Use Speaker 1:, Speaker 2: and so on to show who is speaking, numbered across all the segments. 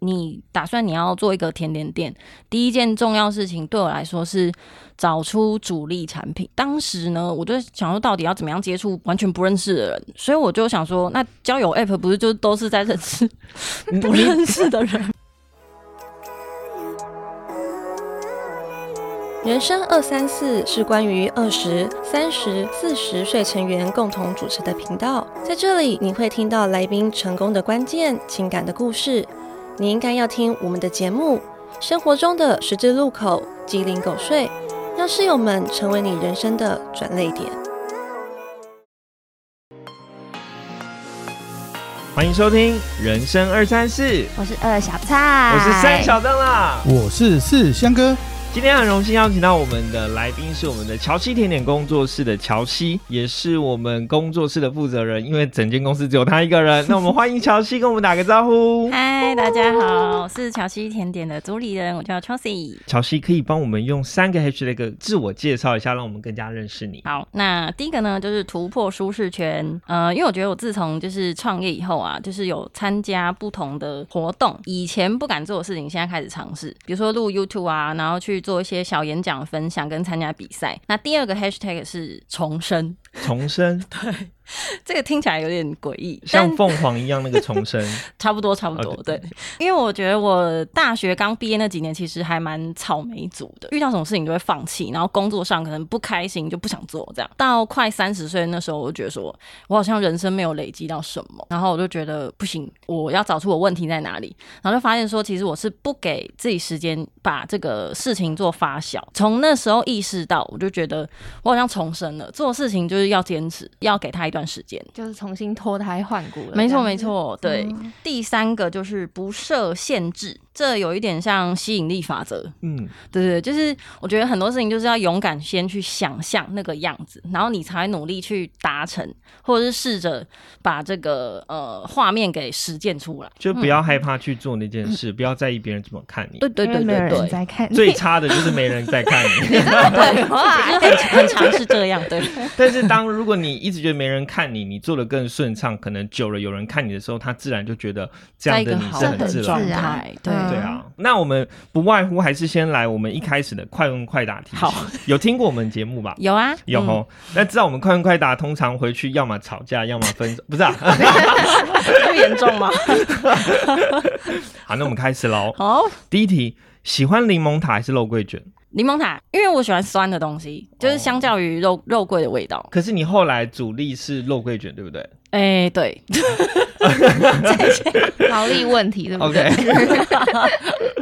Speaker 1: 你打算你要做一个甜点店，第一件重要事情对我来说是找出主力产品。当时呢，我就想说到底要怎么样接触完全不认识的人，所以我就想说，那交友 app 不是就都是在认识 不认识的人？
Speaker 2: 人生二三四是关于二十三十四十岁成员共同主持的频道，在这里你会听到来宾成功的关键、情感的故事。你应该要听我们的节目，生活中的十字路口、鸡零狗碎，让室友们成为你人生的转泪点。
Speaker 3: 欢迎收听《人生二三四》，
Speaker 4: 我是二小菜，
Speaker 3: 我是三小灯啦。
Speaker 5: 我是四香哥，
Speaker 3: 今天很荣幸邀请到我们的来宾是我们的乔西甜点工作室的乔西，也是我们工作室的负责人，因为整间公司只有他一 个人。那我们欢迎乔西跟我们打个招呼。
Speaker 1: 嗨，大家好，我是乔西甜点的主理人，我叫 Chelsea。
Speaker 3: 乔西可以帮我们用三个 hashtag 自我介绍一下，让我们更加认识你。
Speaker 1: 好，那第一个呢，就是突破舒适圈。呃，因为我觉得我自从就是创业以后啊，就是有参加不同的活动，以前不敢做的事情，现在开始尝试，比如说录 YouTube 啊，然后去做一些小演讲分享，跟参加比赛。那第二个 hashtag 是重生，
Speaker 3: 重生，
Speaker 1: 这个听起来有点诡异，但
Speaker 3: 像凤凰一样那个 重生，
Speaker 1: 差不多差不多
Speaker 3: 哦对
Speaker 1: 对，因为我觉得我大学刚毕业那几年，其实还蛮草莓族的，遇到什么事情就会放弃，然后工作上可能不开心就不想做，这样到快三十岁那时候，我就觉得说我好像人生没有累积到什么，然后我就觉得不行，我要找出我问题在哪里，然后就发现说，其实我是不给自己时间把这个事情做发酵。从那时候意识到，我就觉得我好像重生了，做事情就是要坚持，要给他一段时间。
Speaker 4: 就是重新脱胎换骨了。
Speaker 1: 没错，
Speaker 4: 这
Speaker 1: 没
Speaker 4: 样子，嗯
Speaker 1: 错，对。第三个就是不设限制，这有一点像吸引力法则。
Speaker 3: 嗯，
Speaker 1: 对对，对就是我觉得很多事情就是要勇敢先去想象那个样子，然后你才会努力去达成，或者是试着把这个呃画面给实践出来。
Speaker 3: 就不要害怕去做那件事，不要在意别人怎么看你。
Speaker 1: 嗯对对对
Speaker 4: 因为没有
Speaker 1: 对
Speaker 4: 人
Speaker 1: 对，
Speaker 4: 在看，
Speaker 3: 最差的就是没人在看 你。
Speaker 1: 对话很常是这样， 对。
Speaker 3: 但是当如果你一直觉得没人看你，你做的更顺畅，可能久了有人看你的时候，他自然就觉得这
Speaker 1: 在
Speaker 3: 样
Speaker 1: 一
Speaker 3: 的
Speaker 1: 个
Speaker 3: 你
Speaker 1: 好
Speaker 3: 是很
Speaker 1: 的
Speaker 3: 自
Speaker 1: 状
Speaker 3: 然
Speaker 4: 自然
Speaker 3: 的。
Speaker 1: 态，对
Speaker 4: 嗯
Speaker 3: 对啊，那我们不外乎还是先来我们一开始的快问快答题。
Speaker 1: 好，
Speaker 3: 有听过我们节目吧？
Speaker 1: 有啊，
Speaker 3: 有哦
Speaker 1: 嗯
Speaker 3: 吼，那知道我们快问快答通常回去要么吵架，要么分手，不是啊？
Speaker 1: 嗯这么严 重吗？
Speaker 3: 好，那我们开始喽。
Speaker 1: 好，
Speaker 3: 第一题，喜欢柠檬塔还是肉桂卷？
Speaker 1: 柠檬塔，因为我喜欢酸的东西，
Speaker 3: 哦
Speaker 1: 就是相较于肉肉桂的味道。
Speaker 3: 可是你后来主力是肉桂卷，对不对
Speaker 1: 哎、对，
Speaker 4: 劳力问题，对不对？
Speaker 3: ？OK，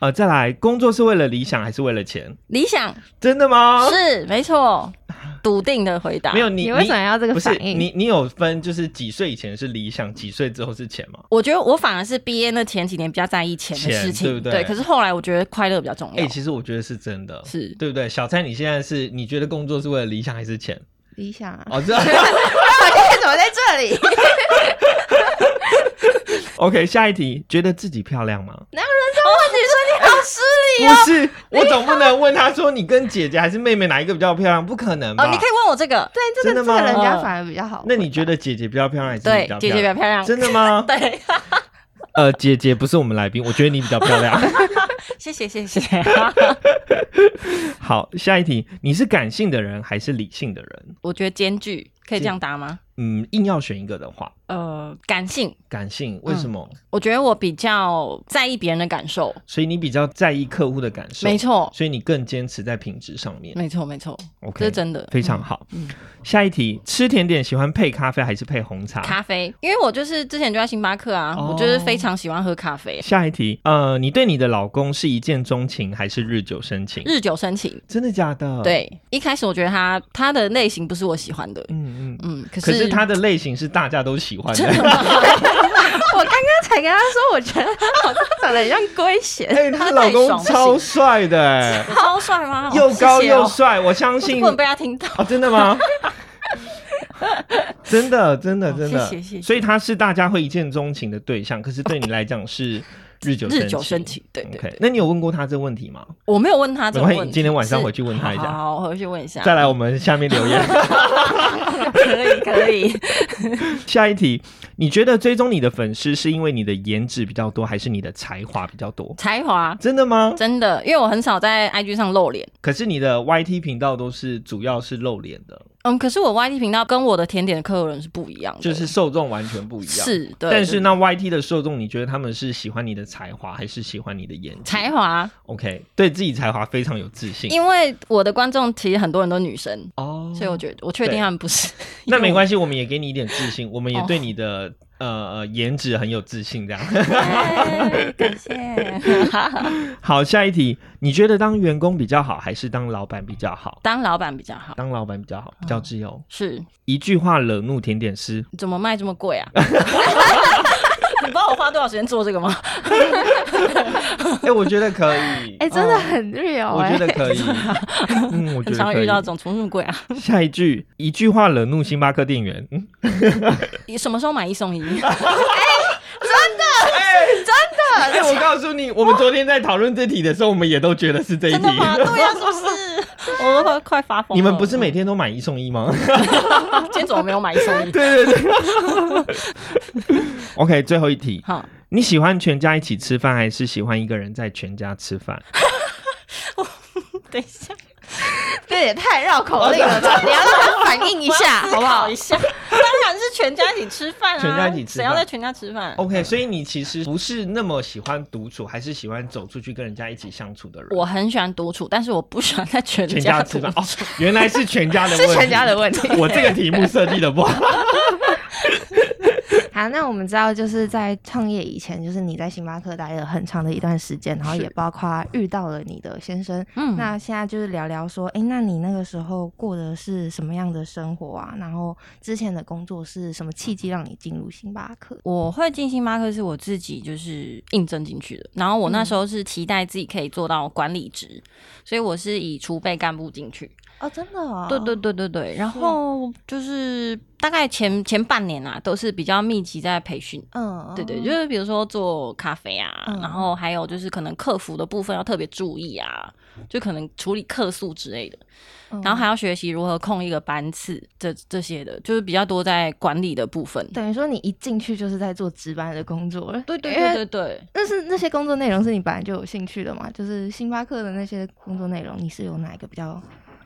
Speaker 3: 呃，再来，工作是为了理想还是为了钱？
Speaker 1: 理想
Speaker 3: 真的吗？
Speaker 1: 是啊没错，笃定的回答。
Speaker 3: 没有，你，
Speaker 4: 你为什么要这个
Speaker 3: 不是
Speaker 4: 反应？
Speaker 3: 你，你有分就是几岁以前是理想，几岁之后是钱吗？
Speaker 1: 我觉得我反而是毕业那前几年比较在意钱的
Speaker 3: 钱
Speaker 1: 事情，
Speaker 3: 对不对
Speaker 1: 可是后来我觉得快乐比较重
Speaker 3: 哎、
Speaker 1: 要。
Speaker 3: 其实我觉得是真的，
Speaker 1: 是
Speaker 3: 对不对？小蔡，你现在是你觉得工作是为了理想还是钱？
Speaker 4: 理想 啊，
Speaker 3: 哦，这
Speaker 4: 我哎怎么在这 里？
Speaker 3: OK。下一题，觉得自己漂亮吗？
Speaker 1: 女生你好失哦
Speaker 3: 不是，我总 不能问他说你跟姐姐还是妹妹哪一个比较漂亮？不可能吧？
Speaker 1: 哦，你可以问我这个，
Speaker 4: 对，这
Speaker 3: 真
Speaker 4: 个
Speaker 3: 的
Speaker 4: 这
Speaker 3: 吗
Speaker 4: 个人家反而比较好。
Speaker 3: 那你觉得姐姐比较漂亮还是你
Speaker 1: 对
Speaker 3: 比较，
Speaker 1: 姐姐比
Speaker 3: 漂亮？
Speaker 1: 较漂亮，？
Speaker 3: 真的吗
Speaker 1: 对，
Speaker 3: 呃，姐姐不是我们来宾，我觉得你比较漂亮。
Speaker 1: 谢谢谢谢。
Speaker 3: 好，下一题，你是感性的人还是理性的人？
Speaker 1: 我觉得间距可以这样答吗？
Speaker 3: 嗯，硬要选一个的话，
Speaker 1: 呃，感性，
Speaker 3: 感性为什么？
Speaker 1: 我觉得我比较在意别人的感受，
Speaker 3: 所以你比较在意客户的感受，
Speaker 1: 没，错，
Speaker 3: 所以你更坚持在品质上面。
Speaker 1: 没错，没错，这
Speaker 3: OK，
Speaker 1: 是真的。嗯
Speaker 3: 非常好。下一题，吃甜点喜欢配咖啡还是配红茶？
Speaker 1: 咖啡，因为我就是之前就在星巴克啊，
Speaker 3: 哦
Speaker 1: 我就是非常喜欢喝咖啡，
Speaker 3: 下一题，呃，你对你的老公是一见钟情还是日久生情？
Speaker 1: 日久生情。
Speaker 3: 真的假的？，
Speaker 1: 对，一开始我觉得他他的类型不是我喜欢的，
Speaker 3: 嗯嗯。
Speaker 1: 嗯，可是
Speaker 3: 可是他的类型是大家都喜欢的，
Speaker 4: 我刚刚才跟他说，我觉得好像长得很像龟 贤，
Speaker 3: 哎， 她老公超帅 的，哎
Speaker 1: 我超帅吗？
Speaker 3: 又高
Speaker 1: 谢谢哦
Speaker 3: 又帅，我相
Speaker 1: 我
Speaker 3: 信
Speaker 1: 不能被他听到。
Speaker 3: 哦，真 的吗？真的，真的，
Speaker 1: 哦
Speaker 3: 真的
Speaker 1: 谢谢谢谢，
Speaker 3: 所以他是大家会一见钟情的对象，可是对你来讲是日久
Speaker 1: 日久
Speaker 3: 生
Speaker 1: 生情，对对
Speaker 3: OK，
Speaker 1: 对。
Speaker 3: 那你有问过他这个问题吗？
Speaker 1: 我没有问他这
Speaker 3: 没
Speaker 1: 个
Speaker 3: 关系，
Speaker 1: 问
Speaker 3: 你
Speaker 1: 题，
Speaker 3: 今天晚上
Speaker 1: 是
Speaker 3: 回去问他一下。
Speaker 1: 好，我回去问一下。
Speaker 3: 再来，我们下面留 言。
Speaker 1: 可以可以，
Speaker 3: 下一题，你觉得追踪你的粉丝是因为你的颜值比较多，还是你的才华比较多？
Speaker 1: 才华
Speaker 3: 真的吗？
Speaker 1: 真的，因为我很少在 IG 上露脸。
Speaker 3: 可是你的 YT 频道都是主要是露脸的，
Speaker 1: 嗯，可是我 YT 频道跟我的甜点的客人是不一样的，
Speaker 3: 就是受众完全不一样。。
Speaker 1: 是，对。
Speaker 3: 但是
Speaker 1: 呢，
Speaker 3: 那 YT 的受众，你觉得他们是喜欢你的才华，还是喜欢你的颜值？
Speaker 1: 才华，
Speaker 3: OK，对自己才华非常有自信。
Speaker 1: 因为我的观众其实很多人都是女生，
Speaker 3: 哦
Speaker 1: 所以我觉得我确定
Speaker 3: 对
Speaker 1: 他们不是。
Speaker 3: 那没
Speaker 1: 系，
Speaker 3: 关系，我们也给你一点自信，我们也
Speaker 1: 哦
Speaker 3: 对你的、呃呃颜值很有自信。这样
Speaker 1: 哎 感谢。
Speaker 3: 好，下一题，你觉得当员工比较好，还是当老板比较好？
Speaker 1: 当老板比较好，
Speaker 3: 当老板比较好，
Speaker 1: 嗯
Speaker 3: 比较自由。
Speaker 1: 是
Speaker 3: 一句话惹怒甜点师，
Speaker 1: 怎么卖这么贵 啊？你知道我花多少时间做这个吗？
Speaker 3: 哎、我觉得可 以，
Speaker 4: 哎、真的很
Speaker 1: 哦
Speaker 4: real
Speaker 3: 我
Speaker 4: 哎、
Speaker 3: 觉得可以。嗯，
Speaker 1: 很
Speaker 3: 我觉得
Speaker 1: 常
Speaker 3: 可
Speaker 1: 遇
Speaker 3: 以。
Speaker 1: 到这种怎么这么贵啊？
Speaker 3: 下一句，一句话惹怒星巴克店员。嗯，
Speaker 1: 你什么时候买一送 一？
Speaker 3: 哎、我告诉你，我们昨天在讨论这题的时候，我们也都觉得是这一
Speaker 1: 真
Speaker 3: 题
Speaker 1: 的。吗？对啊呀、是不是？ 我都快快发疯了。
Speaker 3: 你们不是每天都买一送一吗？
Speaker 1: 今天怎么没有买一送一？
Speaker 3: 对对对。OK，最 后一题，
Speaker 1: 好，
Speaker 3: 你喜欢全家一起吃饭，还是喜欢一个人在全家吃饭？
Speaker 1: 等一下，
Speaker 4: 这也太绕口令了 吧？你要让他反应一 下，好不好
Speaker 1: 一？下，当然是全家一起吃饭啊！
Speaker 3: 全家一起吃
Speaker 1: 谁
Speaker 3: 饭哦
Speaker 1: 要在全家吃饭？
Speaker 3: OK，所以你其实不是那么喜欢独处，还是喜欢走出去跟人家一起相处的人。
Speaker 1: 我很喜欢独处，但是我不喜欢在全
Speaker 3: 全家
Speaker 1: 独处
Speaker 3: 吃饭。哦，原来是全家的问
Speaker 4: 是
Speaker 3: 题，
Speaker 4: 全家的问题。
Speaker 3: 我这个题目设计的不好。
Speaker 4: 好，那我们知道，就是在创业以前，就是你在星巴克待了很长的一段时间，然后
Speaker 3: 是
Speaker 4: 也包括遇到了你的先生。
Speaker 1: 嗯
Speaker 4: 那现在就是聊聊说，哎、那你那个时候过的是什么样的生活啊？然后之前的工作是什么契机让你进入星巴克？
Speaker 1: 我会进星巴克是我自己就是应征进去的，然后我那时候是期待自己可以做到管理职，所以我是以储备干部进去。
Speaker 4: 哦，真的哦
Speaker 1: 对对，对对对，然后就是大概前前半年啊，都是比较密集在培训。
Speaker 4: 嗯
Speaker 1: 对对，就是比如说做咖啡啊，
Speaker 4: 嗯
Speaker 1: 然后还有就是可能客服的部分要特别注意啊，就可能处理客诉之类的，
Speaker 4: 嗯
Speaker 1: 然后还要学习如何控一个班次，这这些的，就是比较多在管理的部分。
Speaker 4: 等于说你一进去就是在做值班的工作了。
Speaker 1: 对对
Speaker 4: 因为
Speaker 1: 对对对，
Speaker 4: 但是那些工作内容是你本来就有兴趣的嘛？就是星巴克的那些工作内容，你是有哪一个比较？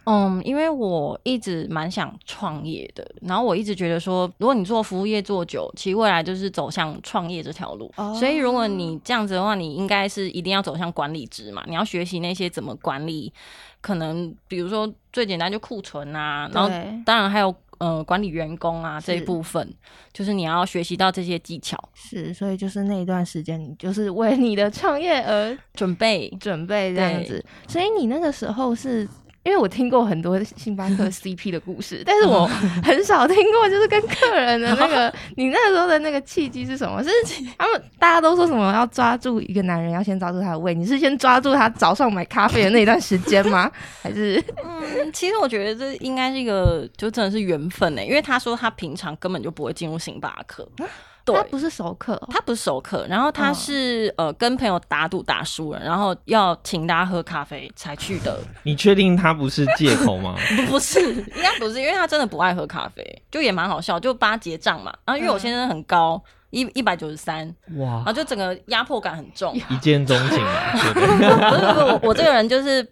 Speaker 1: 嗯，因为我一直蛮想创业的，然后我一直觉得说，如果你做服务业做久，其实未来就是走向创业这条路。
Speaker 4: 哦
Speaker 1: 所以如果你这样子的话，你应该是一定要走向管理职嘛，你要学习那些怎么管理，可能比如说最简单就库存啊，然后
Speaker 4: 对
Speaker 1: 当然还有呃管理员工啊这一
Speaker 4: 是
Speaker 1: 部分，就是你要学习到这些技巧，
Speaker 4: 是，所以就是那一段时间，你就是为你的创业而
Speaker 1: 准备
Speaker 4: 准备这样
Speaker 1: 对
Speaker 4: 子。所以你那个时候是。因为我听过很多星巴 克 CP 的故事，但是我很少听过就是跟客人的那 个，你那个时候的那个契机是什么？是 他们大家都说什么要抓住一个男人，要先抓住他的胃，你是先抓住他早上买咖啡的那一段时间 吗？还是
Speaker 1: 嗯，其实我觉得这应该是一个，就真的是缘分呢、欸因为他说他平常根本就不会进入星巴克，对
Speaker 4: 他。不是熟客哦？
Speaker 1: 他不是熟客，然后他
Speaker 4: 嗯
Speaker 1: 是、呃跟朋友打赌打输了，然后要请大家喝咖啡才去 的，
Speaker 3: 你确定他不是借口吗？
Speaker 1: 不不是，应该不是，因为他真的不爱喝咖啡，就也蛮好笑，就帮他结账嘛。然后因为我先生很高，一一百九十三，然
Speaker 3: 哇
Speaker 1: 后，就整个压迫感很 重。
Speaker 3: 一见钟情啊！对不对
Speaker 1: 不是不是，我我这个人就是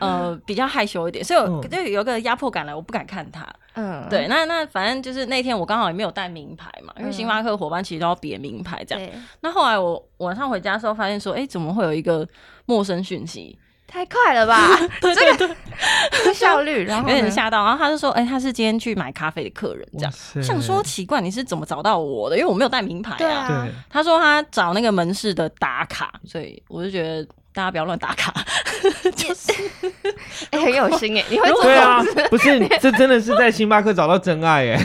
Speaker 1: 呃比较害羞一点，所以我
Speaker 3: 嗯
Speaker 1: 就有个压迫感来，我不敢看他。
Speaker 4: 嗯，
Speaker 1: 对，那那反正就是那天我刚好也没有带名牌嘛，
Speaker 4: 嗯
Speaker 1: 因为星巴克伙伴其实都要别名牌这样。
Speaker 4: 对，
Speaker 1: 那后来我晚上回家的时候发现说，哎、怎么会有一个陌生讯 息？
Speaker 4: 太快了吧？
Speaker 1: 对对对，
Speaker 4: 这个效率，然
Speaker 1: 有
Speaker 4: 后
Speaker 1: 点
Speaker 4: 呢
Speaker 1: 吓到。然后他就说，哎、他是今天去买咖啡的客人这样。
Speaker 3: 哇塞
Speaker 1: 想说奇怪，你是怎么找到我的？因为我没有带名牌
Speaker 4: 对
Speaker 1: 啊。
Speaker 4: 啊
Speaker 3: 对，
Speaker 1: 他说他找那个门市的打卡，所以我就觉得大家不要乱打 卡。
Speaker 4: 哎、很有心哎、你会做
Speaker 3: 对啊
Speaker 4: 这种事，
Speaker 3: 不是，这真的是在星巴克找到真爱哎。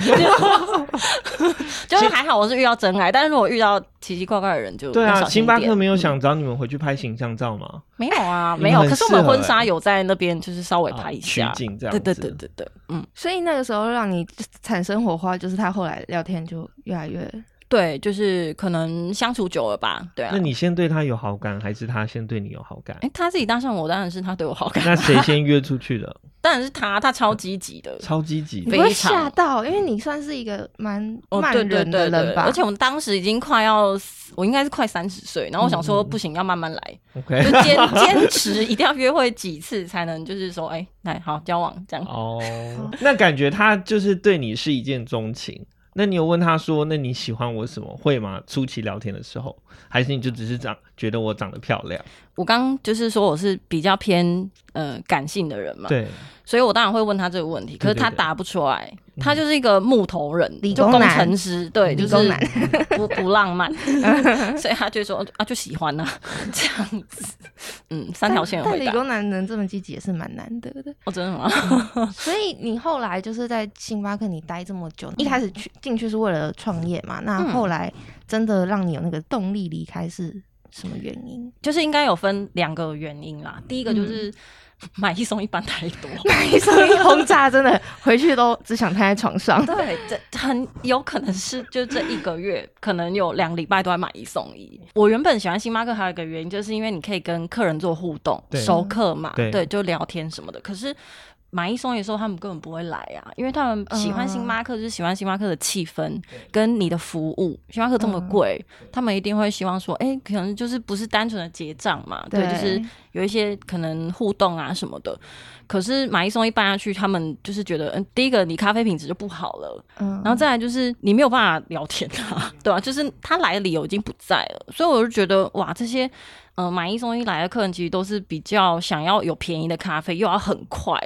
Speaker 1: 就是还好我是遇到真爱，但是如果遇到奇奇怪怪的人就
Speaker 3: 对
Speaker 1: 要
Speaker 3: 啊，
Speaker 1: 小心
Speaker 3: 星
Speaker 1: 一
Speaker 3: 巴
Speaker 1: 点
Speaker 3: 克没有想找你们回去拍形象照吗？
Speaker 1: 没有 啊，
Speaker 3: 你
Speaker 1: 没有。
Speaker 3: 很
Speaker 1: 可是我
Speaker 3: 适
Speaker 1: 们
Speaker 3: 合
Speaker 1: 婚
Speaker 3: 欸
Speaker 1: 纱有在那边，就是稍微
Speaker 3: 啊
Speaker 1: 拍一
Speaker 3: 取
Speaker 1: 下，
Speaker 3: 景这样
Speaker 1: 对
Speaker 3: 子。
Speaker 1: 对对对对，嗯，
Speaker 4: 所以那个时候让你产生火花，就是他后来聊天就越来越
Speaker 1: 对，就是可能相处久了吧，对啊
Speaker 3: 那。你先对他有好感，还是他先对你有好感？
Speaker 1: 哎、他自己搭上我，当然是他对我好感， 啊
Speaker 3: 那谁先约出去的？
Speaker 1: 当然是他，他超积极的。
Speaker 3: 超积极
Speaker 4: 你
Speaker 1: 非
Speaker 4: 不会
Speaker 1: 常
Speaker 4: 吓到，因为你算是一个蛮
Speaker 1: 哦，
Speaker 4: 慢
Speaker 1: 对对
Speaker 4: 人
Speaker 1: 对
Speaker 4: 的
Speaker 1: 对，
Speaker 4: 人吧，
Speaker 1: 而且我们当时已经快要死，我应该是快三十岁，然后我想
Speaker 4: 嗯
Speaker 1: 说不行，要慢慢 来，
Speaker 3: ，OK？
Speaker 1: 就坚坚持一定要约会几次才能，就是说，哎、来好交往这样。
Speaker 3: 哦，那感觉他就是对你是一见钟情。那你有问他说，那你喜欢我什么？会吗？初期聊天的时候，还是你就只是长觉得我长得漂亮？
Speaker 1: 我刚就是说我是比较偏呃感性的人嘛，
Speaker 3: 对，
Speaker 1: 所以我当然会问他这个问题，可是
Speaker 3: 对对
Speaker 1: 他
Speaker 3: 对嗯
Speaker 1: 答不出来，他就是一个木头人，
Speaker 4: 理
Speaker 1: 就
Speaker 4: 工
Speaker 1: 工
Speaker 4: 男
Speaker 1: 程师，对，就
Speaker 4: 理
Speaker 1: 是
Speaker 4: 工男
Speaker 1: 不不浪漫， 所以他就说啊 就喜欢呐、这样子，嗯，三条线的
Speaker 4: 但
Speaker 1: 回
Speaker 4: 理
Speaker 1: 答，
Speaker 4: 工男能这么积极也是蛮难得的。
Speaker 1: 哦真的吗？
Speaker 4: 所以你后来就是在星巴克你待这么久，一开始去进去是为了创业嘛？那
Speaker 1: 嗯
Speaker 4: 后来真的让你有那个动力离开是什么原 因？
Speaker 1: 就是应该有分两个原因啦，第一个就是
Speaker 4: 嗯
Speaker 1: 买一送一般太多。
Speaker 4: 一声一轰炸，真的回去都只想瘫在床 上。
Speaker 1: 对，这很有可能是就这一个月，可能有两个礼拜都在买一送一。我原本喜欢星巴克还有一个原因，就是因为你可以跟客人做互动，
Speaker 3: 对
Speaker 1: 熟客嘛，
Speaker 3: 对
Speaker 1: 就聊天什么的。可是买一送一的时候，他们根本不会来啊，因为他们喜欢星巴克，就是喜欢星巴克的气氛跟你的服务。星巴克这么贵，他们一定会希望说，哎、可能就是不是单纯的结账嘛，对，就是有一些可能互动啊什么的。可是买一送一办下去，他们就是觉得，嗯，第一个你咖啡品质就不好了，
Speaker 4: 嗯
Speaker 1: 然后再来就是你没有办法聊天啊， 对吧、就是他来的理由已经不在了，所以我就觉得哇，这些呃买一送一来的客人其实都是比较想要有便宜的咖啡，又要很快，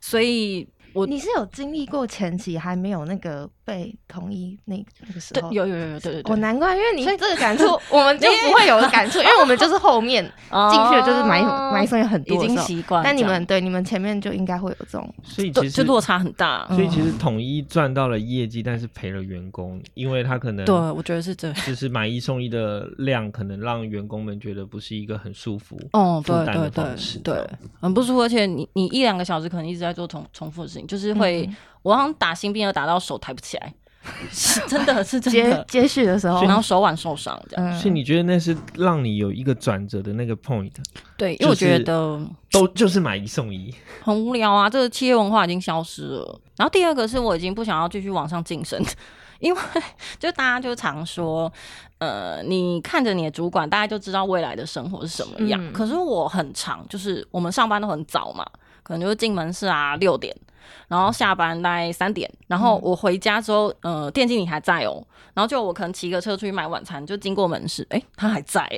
Speaker 1: 所以我
Speaker 4: 你是有经历过前期还没有那个被同意那那个时
Speaker 1: 对
Speaker 4: 候，
Speaker 1: 有有有有对对
Speaker 4: 我
Speaker 1: 对，
Speaker 4: 哦难怪，因为你这个感 触，我们就不会有感触，因为我们就是后面进去了就是买一
Speaker 1: 哦
Speaker 4: 买一送一很
Speaker 1: 啊已
Speaker 4: 多的
Speaker 1: 经
Speaker 4: 时候，
Speaker 1: 习惯这样，
Speaker 4: 但你们对你们前面就应该会有这种
Speaker 3: 所以其
Speaker 1: 对
Speaker 3: 实
Speaker 1: 就落差很大，
Speaker 4: 嗯
Speaker 3: 所以其实统一赚到了业绩，但是赔了员工，因为他可能
Speaker 1: 对我觉得是这样，
Speaker 3: 就是买一送一的量，可能让员工们觉得不是一个很舒服。
Speaker 1: 哦，
Speaker 3: 负
Speaker 1: 对
Speaker 3: 担
Speaker 1: 对
Speaker 3: 的方式
Speaker 1: 对对，很不舒服，而且你你一两个小时可能一直在做重重复的事情，就是会、我好像打新兵要打到手抬不起来，是真的是真
Speaker 4: 接
Speaker 1: 的，
Speaker 4: 接续的时候，
Speaker 1: 然后手腕受伤这样。
Speaker 4: 嗯
Speaker 3: 所以你觉得那是让你有一个转折的那个 point，
Speaker 1: 对，因为我
Speaker 3: 就
Speaker 1: 觉
Speaker 3: 是
Speaker 1: 得
Speaker 3: 都就是买一送一，
Speaker 1: 很无聊啊，这个企业文化已经消失了。然后第二个是我已经不想要继续往上晋升， 因为就大家就常说，呃，你看着你的主管，大家就知道未来的生活是什么样。
Speaker 4: 嗯
Speaker 1: 可是我很长，就是我们上班都很早嘛，可能就是进门是啊六点，然后下班大概三点，然后我回家之后，呃，店经理还在哦，然后就我可能骑个车出去买晚餐，就经过门市，哎、他还在、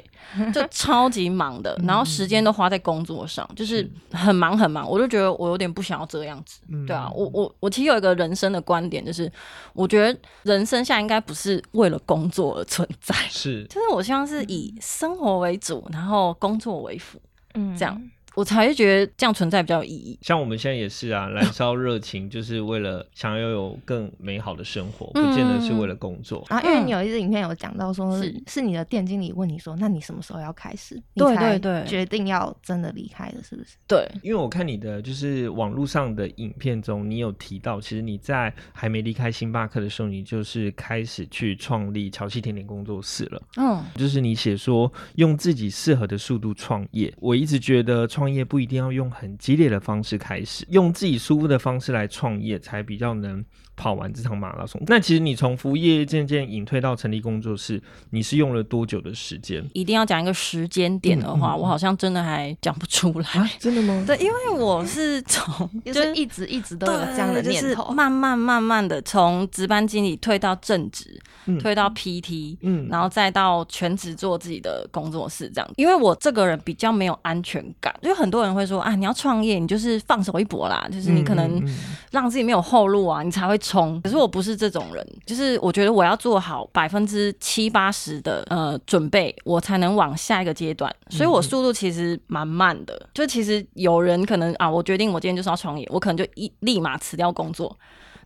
Speaker 1: 就超级忙的，然后时间都花在工作上，就是很忙很忙，我就觉得我有点不想要这样子，
Speaker 3: 嗯
Speaker 1: 对啊，我我我其实有一个人生的观点，就是我觉得人生下应该不是为了工作而存在，
Speaker 3: 是
Speaker 1: 就是我希望是以生活为主，然后工作为辅，
Speaker 4: 嗯
Speaker 1: 这样我才会觉得这样存在比较有意义。
Speaker 3: 像我们现在也是啊，燃烧热情就是为了想要有更美好的生活，不
Speaker 1: 嗯
Speaker 3: 见得是为了工作。
Speaker 4: 然后因为你有一支影片有讲到说，
Speaker 1: 是
Speaker 4: 是是你的店经理问你说，那你什么时候要开始？你
Speaker 1: 对对
Speaker 4: 才
Speaker 1: 对
Speaker 4: 决定要真的离开的，是不是？
Speaker 1: 对，
Speaker 3: 因为我看你的就是网络上的影片中，你有提到，其实你在还没离开星巴克的时候，你就是开始去创立潮汐甜点工作室了。
Speaker 1: 嗯，
Speaker 3: 就是你写说用自己适合的速度创业，我一直觉得创业不一定要用很激烈的方式开始，用自己舒服的方式来创业才比较能跑完这场马拉松。那其实你从服务业渐渐隐退到成立工作室，你是用了多久的时间？
Speaker 1: 一定要讲一个时间点的话，
Speaker 3: 嗯嗯嗯啊
Speaker 1: 我好像真的还讲不出来。
Speaker 3: 真的 吗？
Speaker 1: 对，因为我是 从
Speaker 4: 就是一直一直都有
Speaker 1: 对
Speaker 4: 这样的念
Speaker 1: 就
Speaker 4: 头
Speaker 1: 是。慢慢慢慢的从值班经理退到正职，
Speaker 3: 嗯
Speaker 1: 退到 PT，、
Speaker 3: 嗯
Speaker 1: 然后再到全职做自己的工作室这样。因为我这个人比较没有安全感，就很多人会说啊，你要创业，你就是放手一搏啦，就是你可能
Speaker 3: 嗯嗯
Speaker 1: 让自己没有后路啊，你才会冲。可是我不是这种人，就是我觉得我要做好百分之七八十的呃准备，我才能往下一个阶段。所以我速度其实蛮慢的，就其实有人可能啊，我决定我今天就是要创业，我可能就一立马辞掉工作。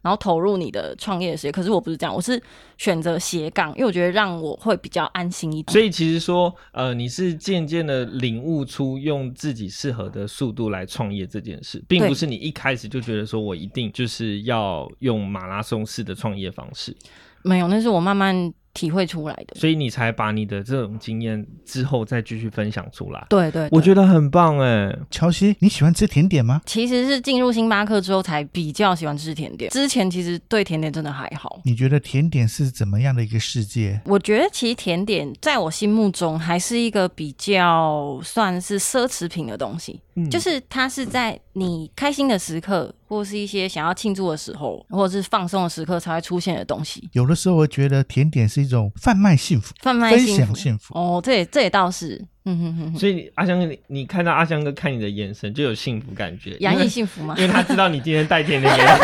Speaker 1: 然后投入你的创业的事业，可是我不是这样，我是选择斜杠，因为我觉得让我会比较安心一点。
Speaker 3: 所以其实说，呃，你是渐渐的领悟出用自己适合的速度来创业这件事，并
Speaker 1: 对
Speaker 3: 不是你一开始就觉得说我一定就是要用马拉松式的创业方式。
Speaker 1: 没有，那是我慢慢体会出来的。
Speaker 3: 所以你才把你的这种经验之后再继续分享出来。
Speaker 1: 对对
Speaker 3: 我
Speaker 1: 得
Speaker 3: 觉得很棒哎，
Speaker 5: 乔西，你喜欢吃甜点吗？
Speaker 1: 其实是进入星巴克之后才比较喜欢吃甜点，之前其实对甜点真的还好。
Speaker 5: 你觉得甜点是怎么样的一个世界？
Speaker 1: 我觉得其实甜点在我心目中还是一个比较算是奢侈品的东西，
Speaker 3: 嗯
Speaker 1: 就是它是在你开心的时刻，或是一些想要庆祝的时候，或者是放松的时刻才会出现的东西。
Speaker 5: 有的时候我觉得甜点是一种贩卖幸福，
Speaker 1: 贩卖
Speaker 5: 分
Speaker 1: 幸
Speaker 5: 享
Speaker 1: 福
Speaker 5: 幸福。
Speaker 1: 哦，这也这也倒是，嗯哼哼哼，
Speaker 3: 所以你阿香，你你看到阿香哥看你的眼神就有幸福感觉，
Speaker 1: 洋
Speaker 3: 因为
Speaker 1: 溢幸福吗
Speaker 3: 因？为他知道你今天带甜点 给他。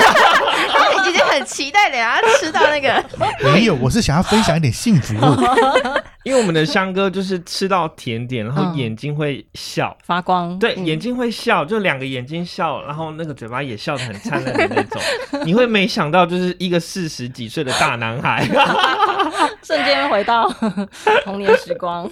Speaker 4: 已经很期待等下吃到那个，
Speaker 5: 没有，我是想要分享一点幸福。
Speaker 1: 哦
Speaker 3: 因为我们的香哥就是吃到甜点，然后
Speaker 1: 嗯
Speaker 3: 眼睛会笑，
Speaker 1: 发光，
Speaker 3: 对，
Speaker 1: 嗯
Speaker 3: 眼睛会笑，就两个眼睛笑，然后那个嘴巴也笑得很灿烂的那种。 你会没想到，就是一个四十几岁的大男 孩。
Speaker 1: 瞬间回到 童年时光。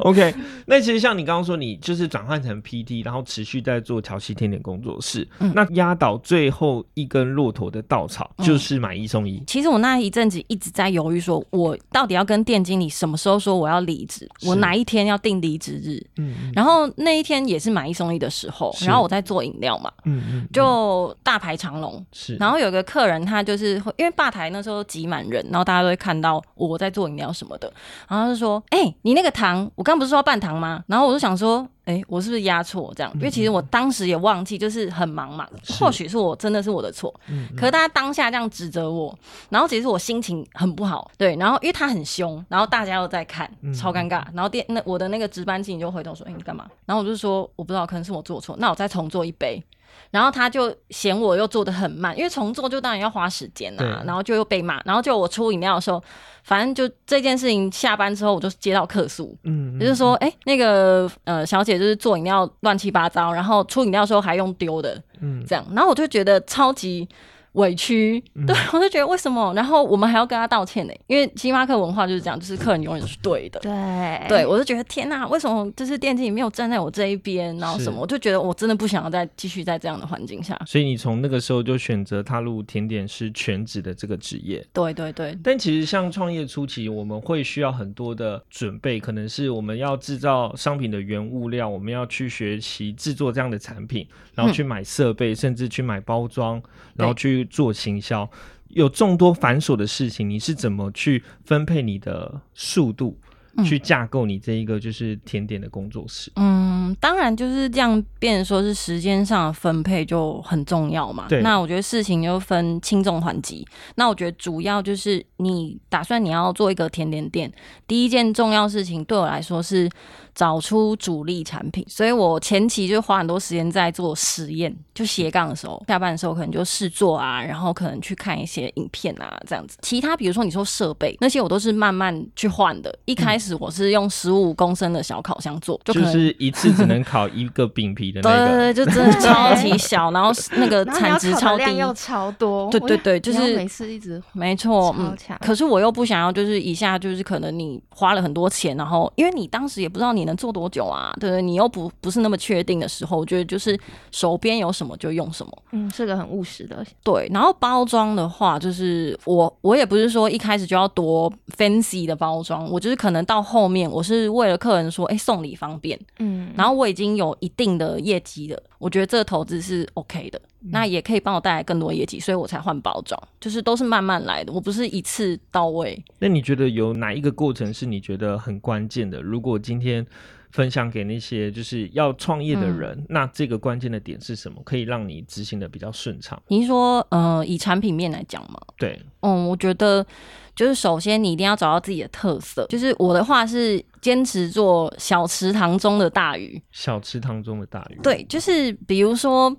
Speaker 3: OK，那其实像你刚刚说，你就是转换成 PT，然后持续在做调息甜点工作室。那压倒最后一根骆驼的稻草就是买一送一。
Speaker 1: 其实我那一阵子一直在犹豫说，我到底要跟店经理什么时候说我要离职，
Speaker 3: 是
Speaker 1: 我哪一天要定离职日。
Speaker 3: 嗯
Speaker 1: 然后那一天也是买一送一的时候，
Speaker 3: 是
Speaker 1: 然后我在做饮料嘛，
Speaker 3: 嗯嗯，
Speaker 1: 就大排长龙。
Speaker 3: 是，
Speaker 1: 然后有一个客人，他就是会因为吧台那时候挤满人，然后大家都会看到我在做饮料什么的，然后他就说：“哎、你那个糖，我刚不是说要半糖吗？”然后我就想说：“哎、我是不是压错这样？”因为其实我当时也忘记，就是很忙嘛，
Speaker 3: 嗯是
Speaker 1: 或许是我真的是我的错。
Speaker 3: 嗯嗯
Speaker 1: 可是大家当下这样指责我，然后其实我心情很不好，对，然后因为他很凶，然后大家又在看
Speaker 3: 嗯，
Speaker 1: 超尴尬。然后店那我的那个值班经理就回头说：“哎、你干嘛？”然后我就说：“我不知道，可能是我做错，那我再重做一杯。”然后他就嫌我又做的很慢，因为重做就当然要花时间
Speaker 3: 对
Speaker 1: 啊，然后就又被骂，然后就我出饮料的时候，反正就这件事情下班之后我就接到客诉，
Speaker 3: 嗯，嗯
Speaker 1: 也就是说，哎、那个呃小姐就是做饮料乱七八糟，然后出饮料的时候还用丢的，
Speaker 3: 嗯
Speaker 1: 这样，然后我就觉得超级委屈， 对我就觉得为什么？然后我们还要跟他道歉呢，因为星巴克文化就是这样，就是客人永远是对的。
Speaker 4: 对
Speaker 1: 对，我就觉得天呐，为什么就是电竞里没有站在我这一边，然后什
Speaker 3: 是
Speaker 1: 么，我就觉得我真的不想要再继续在这样的环境下。
Speaker 3: 所以你从那个时候就选择踏入甜点师全职的这个职业。
Speaker 1: 对对对，
Speaker 3: 但其实像创业初期，我们会需要很多的准备，可能是我们要制造商品的原物料，我们要去学习制作这样的产品，然后
Speaker 1: 嗯
Speaker 3: 去买设备，甚至去买包装，然后去做行销，有众多繁琐的事情，你是怎么去分配你的速度，
Speaker 1: 嗯
Speaker 3: 去架构你这一个就是甜点的工作室？
Speaker 1: 嗯，当然就是这样，变成说是时间上的分配就很重要嘛
Speaker 3: 对。
Speaker 1: 那我觉得事情就分轻重缓急。那我觉得主要就是你打算你要做一个甜点店，第一件重要事情对我来说是找出主力产品，所以我前期就花很多时间在做实验，就斜杠的时候，下班的时候可能就试做啊，然后可能去看一些影片啊这样子。其他比如说你说设备那些，我都是慢慢去换的。一开始我是用十五公升的小烤箱做，就可
Speaker 3: 嗯就
Speaker 1: 能
Speaker 3: 是一次只能烤一个饼皮 的
Speaker 1: 对
Speaker 3: 那个，
Speaker 1: 对对，呃就 真的超级小，然后那个
Speaker 4: 然后你
Speaker 1: 产
Speaker 4: 要
Speaker 1: 值
Speaker 4: 烤
Speaker 1: 超
Speaker 4: 的
Speaker 1: 低，
Speaker 4: 量又超多，
Speaker 1: 对对对
Speaker 4: 我
Speaker 1: 就是
Speaker 4: 你要每次一直
Speaker 1: 没错，
Speaker 4: 超
Speaker 1: 嗯
Speaker 4: 强，
Speaker 1: 可是我又不想要，就是一下就是可能你花了很多钱，然后因为你当时也不知道你能做多久啊，对不对？你又不不是那么确定的时候，我觉得就是手边有什么就用什么。
Speaker 4: 嗯，是个很务实的，
Speaker 1: 对，然后包装的话，就是我我也不是说一开始就要多 fancy 的包装，我就是可能到后面我是为了客人说，哎，送礼方便，
Speaker 4: 嗯，
Speaker 1: 然后我已经有一定的业绩了，我觉得这个投资是 OK 的，那也可以帮我带来更多业绩，所以我才换包装，就是都是慢慢来的，我不是一次到位。
Speaker 3: 那你觉得有哪一个过程是你觉得很关键的？如果今天分享给那些就是要创业的人，那这个关键的点是什么，可以让你执行的比较顺畅？
Speaker 1: 你是说，呃，以产品面来讲嘛，
Speaker 3: 对，
Speaker 1: 嗯，我觉得就是首先你一定要找到自己的特色，就是我的话是坚持做小池塘中的大鱼，
Speaker 3: 小池塘中的大鱼。
Speaker 1: 对，就是比如说，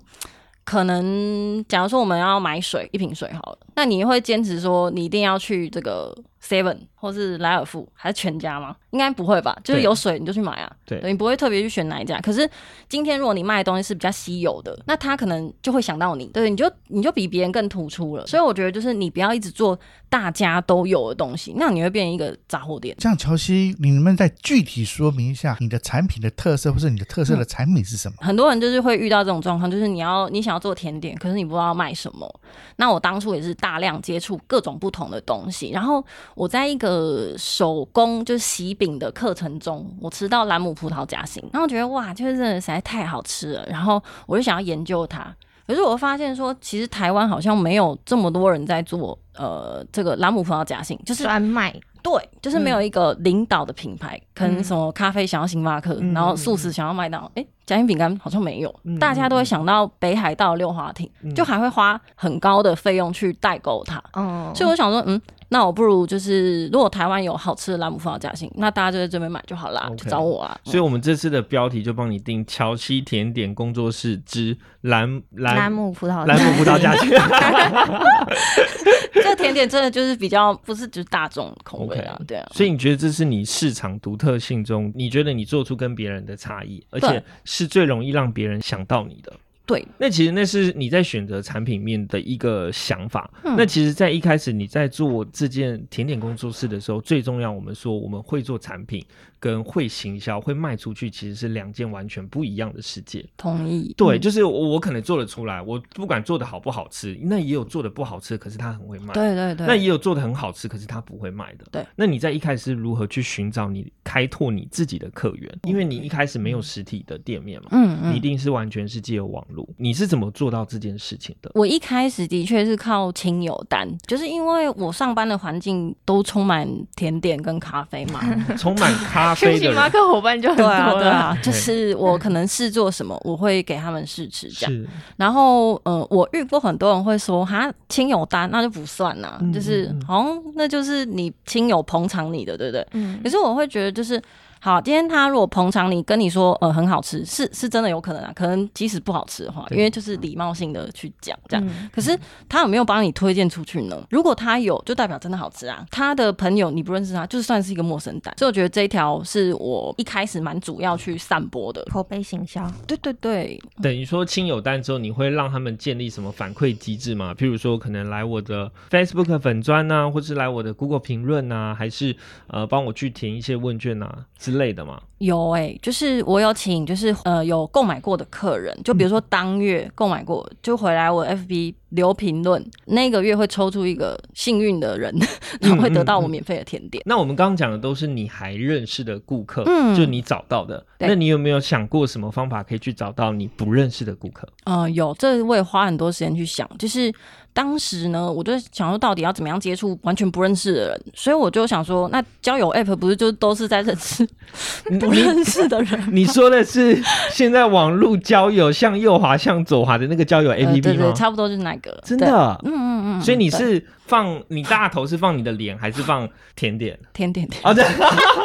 Speaker 1: 可能假如说我们要买水，一瓶水好了，那你会坚持说你一定要去这个 Seven 或是莱尔富还是全家吗？应该不会吧？就是
Speaker 3: 对
Speaker 1: 有水你就去买啊，
Speaker 3: 对
Speaker 1: 你不会特别去选哪一家。可是今天如果你卖的东西是比较稀有的，那他可能就会想到你，对，你就你就比别人更突出了。所以我觉得就是你不要一直做大家都有的东西，那你会变成一个杂货店。
Speaker 5: 这样，乔西，你们再具体说明一下你的产品的特色，或是你的特色的产品是什么？
Speaker 1: 很多人就是会遇到这种状况，就是你要你想要做甜点，可是你不知道卖什么。那我当初也是大量接触各种不同的东西，然后我在一个手工就是喜饼的课程中，我吃到兰姆葡萄夹心，然后我觉得哇，就是真的实在太好吃了，然后我就想要研究它。可是我发现说，其实台湾好像没有这么多人在做呃这个兰姆葡萄夹心，就是
Speaker 4: 专卖
Speaker 1: 对，就是没有一个领导的品牌，可能什么咖啡想要星巴克，
Speaker 3: 嗯
Speaker 1: 然后素食想要麦当劳，哎、夹心饼干好像没有，
Speaker 3: 嗯
Speaker 1: 大家都会想到北海道六花亭，就还会花很高的费用去代购它。
Speaker 4: 哦，
Speaker 1: 所以我想说，嗯，那我不如就是，如果台湾有好吃的兰姆葡萄夹心，那大家就在这边买就好啦
Speaker 3: OK
Speaker 1: 就找我啊。
Speaker 3: 所以，我们这次的标题就帮你定“乔西甜点工作室之蓝蓝
Speaker 4: 兰姆葡萄
Speaker 3: 蓝姆 葡萄夹心
Speaker 1: 以这个甜点真的就是比较不是就是大众口味啊
Speaker 3: OK
Speaker 1: 对啊。
Speaker 3: 所以，你觉得这是你市场独特性中，你觉得你做出跟别人的差异，而
Speaker 1: 对
Speaker 3: 且是最容易让别人想到你的。
Speaker 1: 对，
Speaker 3: 那其实那是你在选择产品面的一个想法。
Speaker 1: 嗯
Speaker 3: 那其实，在一开始你在做这件甜点工作室的时候，最重要，我们说我们会做产品跟会行销、会卖出去，其实是两件完全不一样的世界。
Speaker 1: 同意。
Speaker 3: 对，就是我我可能做得出来，我不管做的好不好吃，那也有做的不好吃，可是它很会
Speaker 1: 嗯
Speaker 3: 卖。
Speaker 1: 对对对。
Speaker 3: 那也有做的很好吃，可是他不会卖的。
Speaker 1: 对，
Speaker 3: 那你在一开始是如何去寻找你开拓你自己的客源？因为你一开始没有实体的店面嘛，
Speaker 1: 嗯嗯
Speaker 3: 你一定是完全是借由网络。你是怎么做到这件事情的？
Speaker 1: 我一开始的确是靠亲友单，就是因为我上班的环境都充满甜点跟咖啡嘛。
Speaker 3: 充满咖
Speaker 4: 去
Speaker 3: 啡的
Speaker 4: 星巴
Speaker 3: 人
Speaker 4: 克伙伴就很
Speaker 1: 对
Speaker 4: 多
Speaker 1: 啊，对
Speaker 4: 了，
Speaker 1: 啊，就是我可能试做什么，我会给他们试吃这样。
Speaker 3: 是
Speaker 1: 然后，呃，我遇过很多人会说，哈，亲友单那就不算啦、
Speaker 3: 嗯
Speaker 1: 就是
Speaker 3: 嗯嗯
Speaker 1: 好像那就是你亲友捧场你的，对不对？
Speaker 4: 嗯
Speaker 1: 可，是我会觉得，就是好，今天他如果捧场你，跟你说，呃，很好吃，是是真的有可能啊，可能即使不好吃的话，
Speaker 3: 对
Speaker 1: 因为就是礼貌性的去讲这样。
Speaker 4: 嗯
Speaker 1: 可是他有没有帮你推荐出去呢？如果他有，就代表真的好吃啊。他的朋友你不认识他，就算是一个陌生蛋。所以我觉得这一条是我一开始蛮主要去散播的。
Speaker 4: 口碑行销，
Speaker 1: 对对对，
Speaker 3: 等于说亲友单之后，你会让他们建立什么反馈机制吗？譬如说，可能来我的 Facebook 粉砖啊，或是来我的 Google 评论啊，还是呃帮我去填一些问卷啊之类的嘛？
Speaker 1: 有哎、就是我有请，就是呃有购买过的客人，就比如说当月购买过，就回来我 FB 留评论，那个月会抽出一个幸运的人， 然后会得到我免费的甜点。
Speaker 3: 那我们刚刚讲的都是你还认识的顾客，
Speaker 1: 嗯
Speaker 3: 就你找到的。
Speaker 1: 对
Speaker 3: 那你有没有想过什么方法可以去找到你不认识的顾 客？
Speaker 1: 嗯、有，这我也花很多时间去想，就是当时呢，我就想说到底要怎么样接触完全不认识的人，所以我就想说，那交友 App 不是就都是在认识不认识的人吗？
Speaker 3: 你说的是现在网络交友向右滑向左滑的那个交友 APP 吗？
Speaker 1: 呃对对，差不多就是那个，
Speaker 3: 真
Speaker 1: 对，
Speaker 3: 的。啊
Speaker 1: 嗯嗯嗯，
Speaker 3: 所以你
Speaker 1: 对
Speaker 3: 是放你大头是放你的脸还是放甜点？
Speaker 1: 甜点店。
Speaker 3: 啊，对，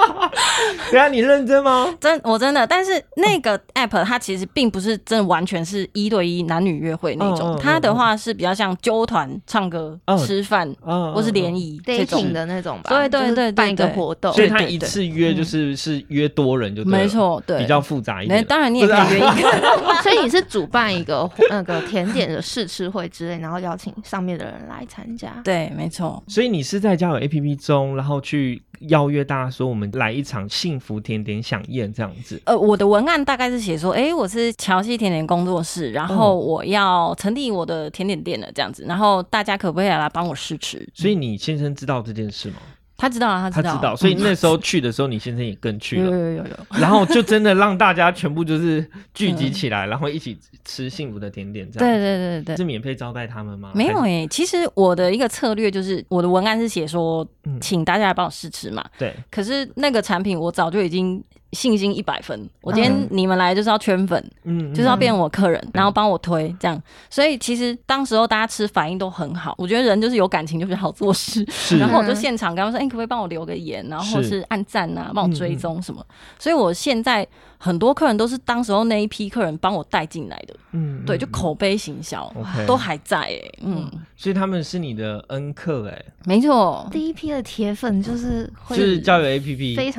Speaker 3: 对啊，你认真吗？
Speaker 1: 真我真的，但是那个 app 它其实并不是真的完全是一对一男女约会那种，
Speaker 3: 嗯嗯嗯
Speaker 1: 它的话是比较像纠团、唱歌、
Speaker 3: 嗯
Speaker 1: 吃饭
Speaker 3: 啊，
Speaker 1: 或是联谊这种
Speaker 4: dating。的那种吧，
Speaker 1: 对对
Speaker 4: 就是
Speaker 1: 对对
Speaker 4: 办一个
Speaker 1: 对
Speaker 4: 活动
Speaker 3: 所以
Speaker 1: 对
Speaker 3: 他
Speaker 1: 对
Speaker 3: 一
Speaker 1: 对嗯
Speaker 3: 次约就是是约多人就对了
Speaker 1: 没，错，对，
Speaker 3: 比较复杂一
Speaker 1: 那
Speaker 3: 点。啊
Speaker 1: 当然你也可以约一个，
Speaker 4: 所以你是主办一个那个甜点的试吃会之类，然后邀请上面的人来参加。
Speaker 1: 对，没错，
Speaker 3: 所以你是在交友 APP 中，然后去邀约大家说，我们来一场幸福甜点飨宴这样子。
Speaker 1: 呃，我的文案大概是写说，哎、我是乔西甜点工作室，然后
Speaker 3: 嗯
Speaker 1: 我要成立我的甜点店了，这样子，然后大家可不可以来帮我试吃？
Speaker 3: 所以你先生知道这件事吗？
Speaker 1: 他知道啊，知
Speaker 3: 他知
Speaker 1: 道啊，嗯
Speaker 3: 道，所以那时候去的时候，你先生也跟去
Speaker 1: 有有
Speaker 3: 了，
Speaker 1: 有有有，
Speaker 3: 然后就真的让大家全部就是聚集起来，然后一起吃幸福的甜点这
Speaker 1: 嗯对
Speaker 3: 样。
Speaker 1: 对对对
Speaker 3: 是免费招待他们吗？
Speaker 1: 没有欸
Speaker 3: 还是
Speaker 1: 诶、其实我的一个策略就是，我的文案是写说
Speaker 3: 嗯，
Speaker 1: 请大家来帮我试吃嘛。
Speaker 3: 对，
Speaker 1: 可是那个产品我早就已经信心一百分，我今
Speaker 3: 嗯
Speaker 1: 天你们来就是要圈粉，
Speaker 3: 嗯，
Speaker 1: 就是要变我客人，然后帮我推这样。所以其实当时候大家吃反应都很好，我觉得人就是有感情就比较好做事。
Speaker 3: 是
Speaker 1: 然后我就现场跟他们说：“哎、你可不可以帮我留个言，然后或
Speaker 3: 是嗯
Speaker 1: 是按赞啊，帮我追踪什么？”所以我现在很多客人都是当时候那一批客人帮我带进来的，
Speaker 3: 嗯
Speaker 1: 对，就口碑行销
Speaker 3: OK
Speaker 1: 都还在哎、嗯。
Speaker 3: 所以他们是你的恩客哎，
Speaker 1: 没错，
Speaker 4: 第一批的铁粉就是
Speaker 3: 就
Speaker 4: 会
Speaker 3: 是交友 APP，
Speaker 4: 非常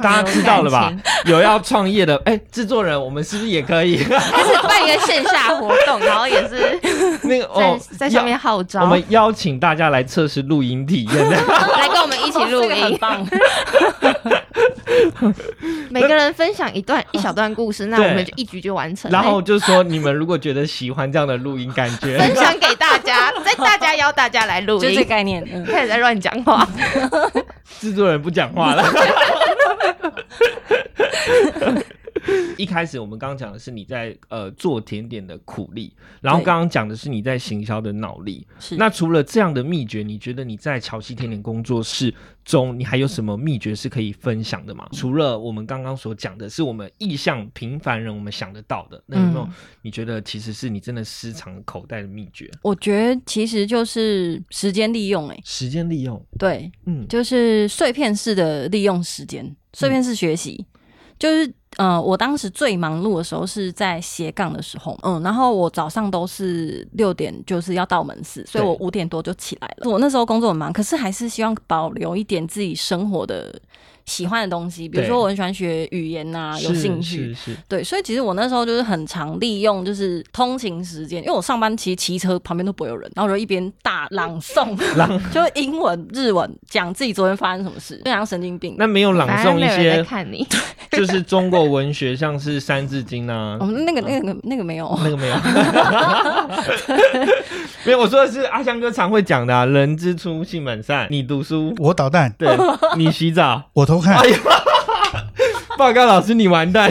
Speaker 3: 大
Speaker 4: 有
Speaker 3: 家知道了吧
Speaker 4: 感情？
Speaker 3: 有要创业的哎，制作人，我们是不是也可以？
Speaker 4: 就是办一个线下活动，然后也是
Speaker 3: 那个
Speaker 4: 在
Speaker 3: 哦，
Speaker 4: 在上面号
Speaker 3: 要，我
Speaker 4: 召，
Speaker 3: 们邀请大家来测试录音体 验。
Speaker 4: 来跟我们一起录
Speaker 1: 哦这个很
Speaker 4: 音，
Speaker 1: 棒。
Speaker 4: 每个人分享一段一小段故事，那
Speaker 3: 对
Speaker 4: 我们就一局就完 成。
Speaker 3: 然后就说你们如果觉得喜欢这样的录音感觉，
Speaker 4: 分享给大家，在大家邀大家来录
Speaker 1: 就这
Speaker 4: 音，
Speaker 1: 概念。嗯，
Speaker 4: 开始在乱讲话。
Speaker 3: 制作人不讲话了。 一开始我们刚刚讲的是你在呃做甜点的苦力，然后
Speaker 1: 对
Speaker 3: 刚刚讲的是你在行销的脑力。
Speaker 1: 是
Speaker 3: 那除了这样的秘诀，你觉得你在乔西甜点工作室中，你还有什么秘诀是可以分享的吗？
Speaker 1: 嗯
Speaker 3: 除了我们刚刚所讲的，是我们意向平凡人我们想得到的，那有没有
Speaker 1: 嗯
Speaker 3: 你觉得其实是你真的私藏口袋的秘诀？
Speaker 1: 我觉得其实就是时间利用、欸，哎，
Speaker 3: 时间利用，
Speaker 1: 对，
Speaker 3: 嗯，
Speaker 1: 就是碎片式的利用时间，碎片式学习，就是。呃，我当时最忙碌的时候是在斜杠的时候，嗯，然后我早上都是六点就是要到门市，所以
Speaker 3: 对
Speaker 1: 我五点多就起来了。我那时候工作很忙，可是还是希望保留一点自己生活的喜欢的东西，比如
Speaker 3: 对
Speaker 1: 说我很喜欢学语言呐、啊有
Speaker 3: 是
Speaker 1: 兴趣，
Speaker 3: 是是，
Speaker 1: 对，所以其实我那时候就是很常利用就是通勤时间，因为我上班其实骑车旁边都不会有人，然后我就一边大朗诵， 就是英文、日文讲自己昨天发生什么事，就像神经病。
Speaker 3: 那没有朗
Speaker 4: 反正
Speaker 3: 诵
Speaker 4: 没
Speaker 3: 一
Speaker 4: 有人在
Speaker 3: 些
Speaker 4: 看你，
Speaker 3: 就是中国文学，像是《三字经》啊
Speaker 1: 我，哦们那个、那个、那个没有，
Speaker 3: 那 个没有，没有。我说的是阿香哥常会讲的、啊“人之初，性本善”。你读书，
Speaker 5: 我捣蛋，
Speaker 3: 对你洗澡，
Speaker 5: 我偷看，
Speaker 1: 哦
Speaker 3: 哎呀，报告老师，你完蛋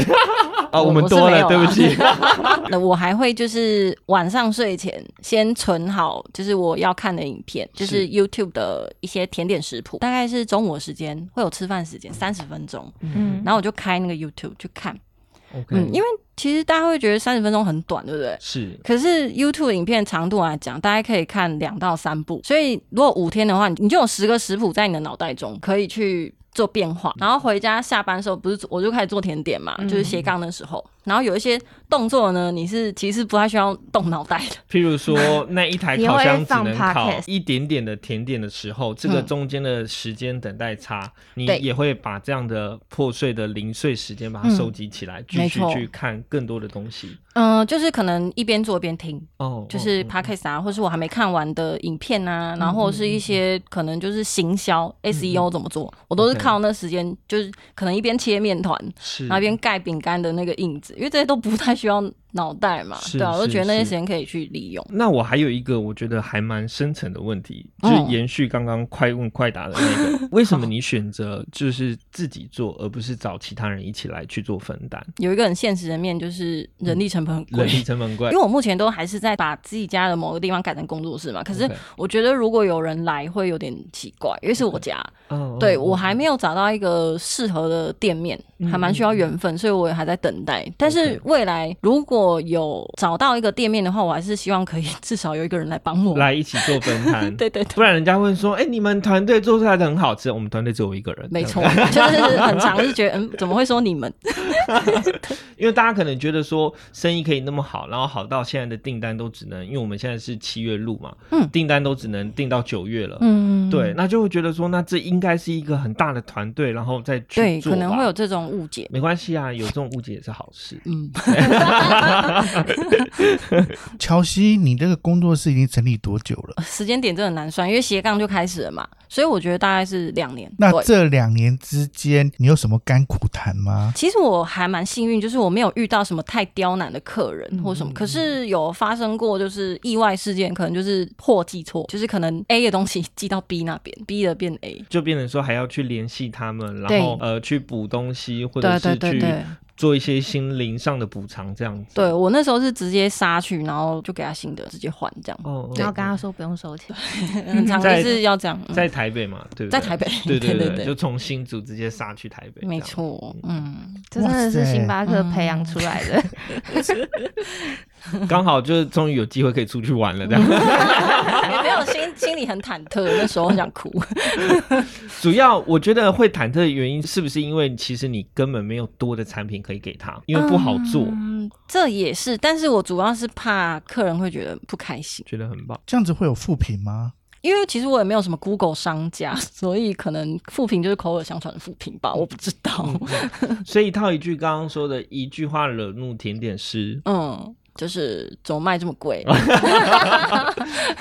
Speaker 3: 啊！ 我们
Speaker 1: 哦我是
Speaker 3: 多
Speaker 1: 没
Speaker 3: 了，
Speaker 1: 有
Speaker 3: 对不起。
Speaker 1: 那我还会就是晚上睡前先存好，就是我要看的影片，就是是 YouTube 的一些甜点食谱，大概是中午的时间会有吃饭时间三十分钟，
Speaker 4: 嗯，
Speaker 1: 然后我就开那个 YouTube 去看，
Speaker 3: OK，
Speaker 1: 嗯，因为其实大家会觉得三十分钟很短，对不对？
Speaker 3: 是
Speaker 1: 可是 YouTube 影片长度来讲，大概可以看两到三部，所以如果五天的话，你就有十个食谱在你的脑袋中可以去做变化。然后回家下班的时候，不是我就开始做甜点嘛，
Speaker 3: 嗯
Speaker 1: 就是斜杠的时候。然后有一些动作呢，你是其实不太需要动脑袋的，
Speaker 3: 譬如说，那一台
Speaker 4: 你
Speaker 3: 烤
Speaker 4: 会
Speaker 3: 箱只
Speaker 4: 放
Speaker 3: 能烤
Speaker 4: podcast
Speaker 3: 一点点的甜点的时候，这个
Speaker 1: 嗯
Speaker 3: 中间的时间等待差，你
Speaker 1: 对
Speaker 3: 也会把这样的破碎的零碎时间把它
Speaker 1: 嗯
Speaker 3: 收集起来，继
Speaker 1: 没
Speaker 3: 续
Speaker 1: 错
Speaker 3: 去看更多的东西。
Speaker 1: 嗯、就是可能一边做一边听，
Speaker 3: 哦，
Speaker 1: 就
Speaker 3: 哦
Speaker 1: 是
Speaker 3: 嗯
Speaker 1: podcast 啊，或是我还没看完的影片啊，然后或者
Speaker 3: 嗯
Speaker 1: 是一些可能就是行销 SEO 怎么做，我都是
Speaker 3: OK
Speaker 1: 靠那时间，就是可能一边切面团，
Speaker 3: 是
Speaker 1: 那边盖饼干的那个印子，因为这些都不太需要脑袋嘛，
Speaker 3: 是
Speaker 1: 对啊，我
Speaker 3: 是
Speaker 1: 就觉得那些
Speaker 3: 是
Speaker 1: 时间可以去利用。
Speaker 3: 那我还有一个我觉得还蛮深层的问题，就
Speaker 1: 嗯
Speaker 3: 是延续刚刚快问快答的那 个，为什么你选择就是自己做，而不是找其他人一起来去做分 担？
Speaker 1: 有一个很现实的面就是人力成本很
Speaker 3: 嗯人
Speaker 1: 贵。
Speaker 3: 力成本贵
Speaker 1: 因为，我目前都还是在把自己家的某个地方改成工作室嘛，可是
Speaker 3: OK 哦
Speaker 1: 我觉得如果有人来会有点奇怪，因为是我家，
Speaker 3: 哦
Speaker 1: 对
Speaker 3: 哦
Speaker 1: 我还没有找到一个适合的店面，还蛮需要缘分，所以我也还在等待。但是
Speaker 3: 嗯 OK
Speaker 1: 未来如果有找到一个店面的话，我还是希望可以 至少有一个人来帮我。，
Speaker 3: 来一起做分摊
Speaker 1: 对对对。
Speaker 3: 不然人家会说，哎、你们团队做出来的很好吃，我们团队只有我一个人，
Speaker 1: 没错，就是很常是觉得，嗯，怎么会说你们？
Speaker 3: 因为大家可能觉得说生意可以那么好，然后好到现在的订单都只能，因为我们现在是七月入嘛，
Speaker 1: 嗯
Speaker 3: 订单都只能订到九月了，
Speaker 1: 嗯，
Speaker 3: 对，那就会觉得说，那这应该是一个很大的团队，然后再去
Speaker 1: 对，
Speaker 3: 做
Speaker 1: 可能
Speaker 3: 吧
Speaker 1: 会有这种误解。
Speaker 3: 没关系啊，有这种误解也是好事。
Speaker 1: 嗯，
Speaker 5: 乔西，你这个工作室已经成立多久了？
Speaker 1: 时间点真的很难算，因为斜杠就开始了嘛，所以我觉得大概是两年。
Speaker 5: 那
Speaker 1: 对，
Speaker 5: 这两年之间，你有什么甘苦谈吗？
Speaker 1: 其实我还蛮幸运，就是我没有遇到什么太刁难的客
Speaker 3: 嗯
Speaker 1: 人或什么，可是有发生过就是意外事件，可能就是货寄错，就是可能 A 的东西寄到 B 那边，B 的变 A。
Speaker 3: 就变成说还要去联系他们，然
Speaker 1: 对
Speaker 3: 后呃去补东西，或者
Speaker 1: 对
Speaker 3: 是
Speaker 1: 对对
Speaker 3: 去
Speaker 1: 对，
Speaker 3: 做一些心灵上的补偿，这样子。
Speaker 1: 对
Speaker 3: 哦，
Speaker 1: 我那时候是直接杀去，然后就给他新的，直接换 这样，
Speaker 3: 哦
Speaker 4: 然后跟他说不用收钱，
Speaker 1: 很常
Speaker 3: 在
Speaker 1: 就是要这样。嗯
Speaker 3: 在台北嘛，对不对？
Speaker 1: 在台北，
Speaker 3: 对对
Speaker 1: 对
Speaker 3: 对，就从新竹直接杀去台北，
Speaker 1: 没。错，嗯，
Speaker 4: 这真的是
Speaker 5: 哇塞
Speaker 4: 星巴克培养出来 的。
Speaker 3: 刚好就是终于有机会可以出去玩了，这样。
Speaker 1: 嗯也没有心心里很忐忑，那时候很想哭。
Speaker 3: 主要我觉得会忐忑的原因，是不是因为其实你根本没有多的产品可以给他， 因为不好做，
Speaker 1: 嗯，这也是，但是我主要是怕客人会觉得不开心，
Speaker 3: 觉得很棒。
Speaker 5: 这样子会有负评吗？
Speaker 1: 因为其实我也没有什么 Google 商家， 所以可能复评就是口耳相传的复评
Speaker 3: 嗯
Speaker 1: 吧，我不知道。
Speaker 3: 所以套一句刚刚说的一句话惹怒甜点师，
Speaker 1: 嗯，就是怎么卖这么 贵？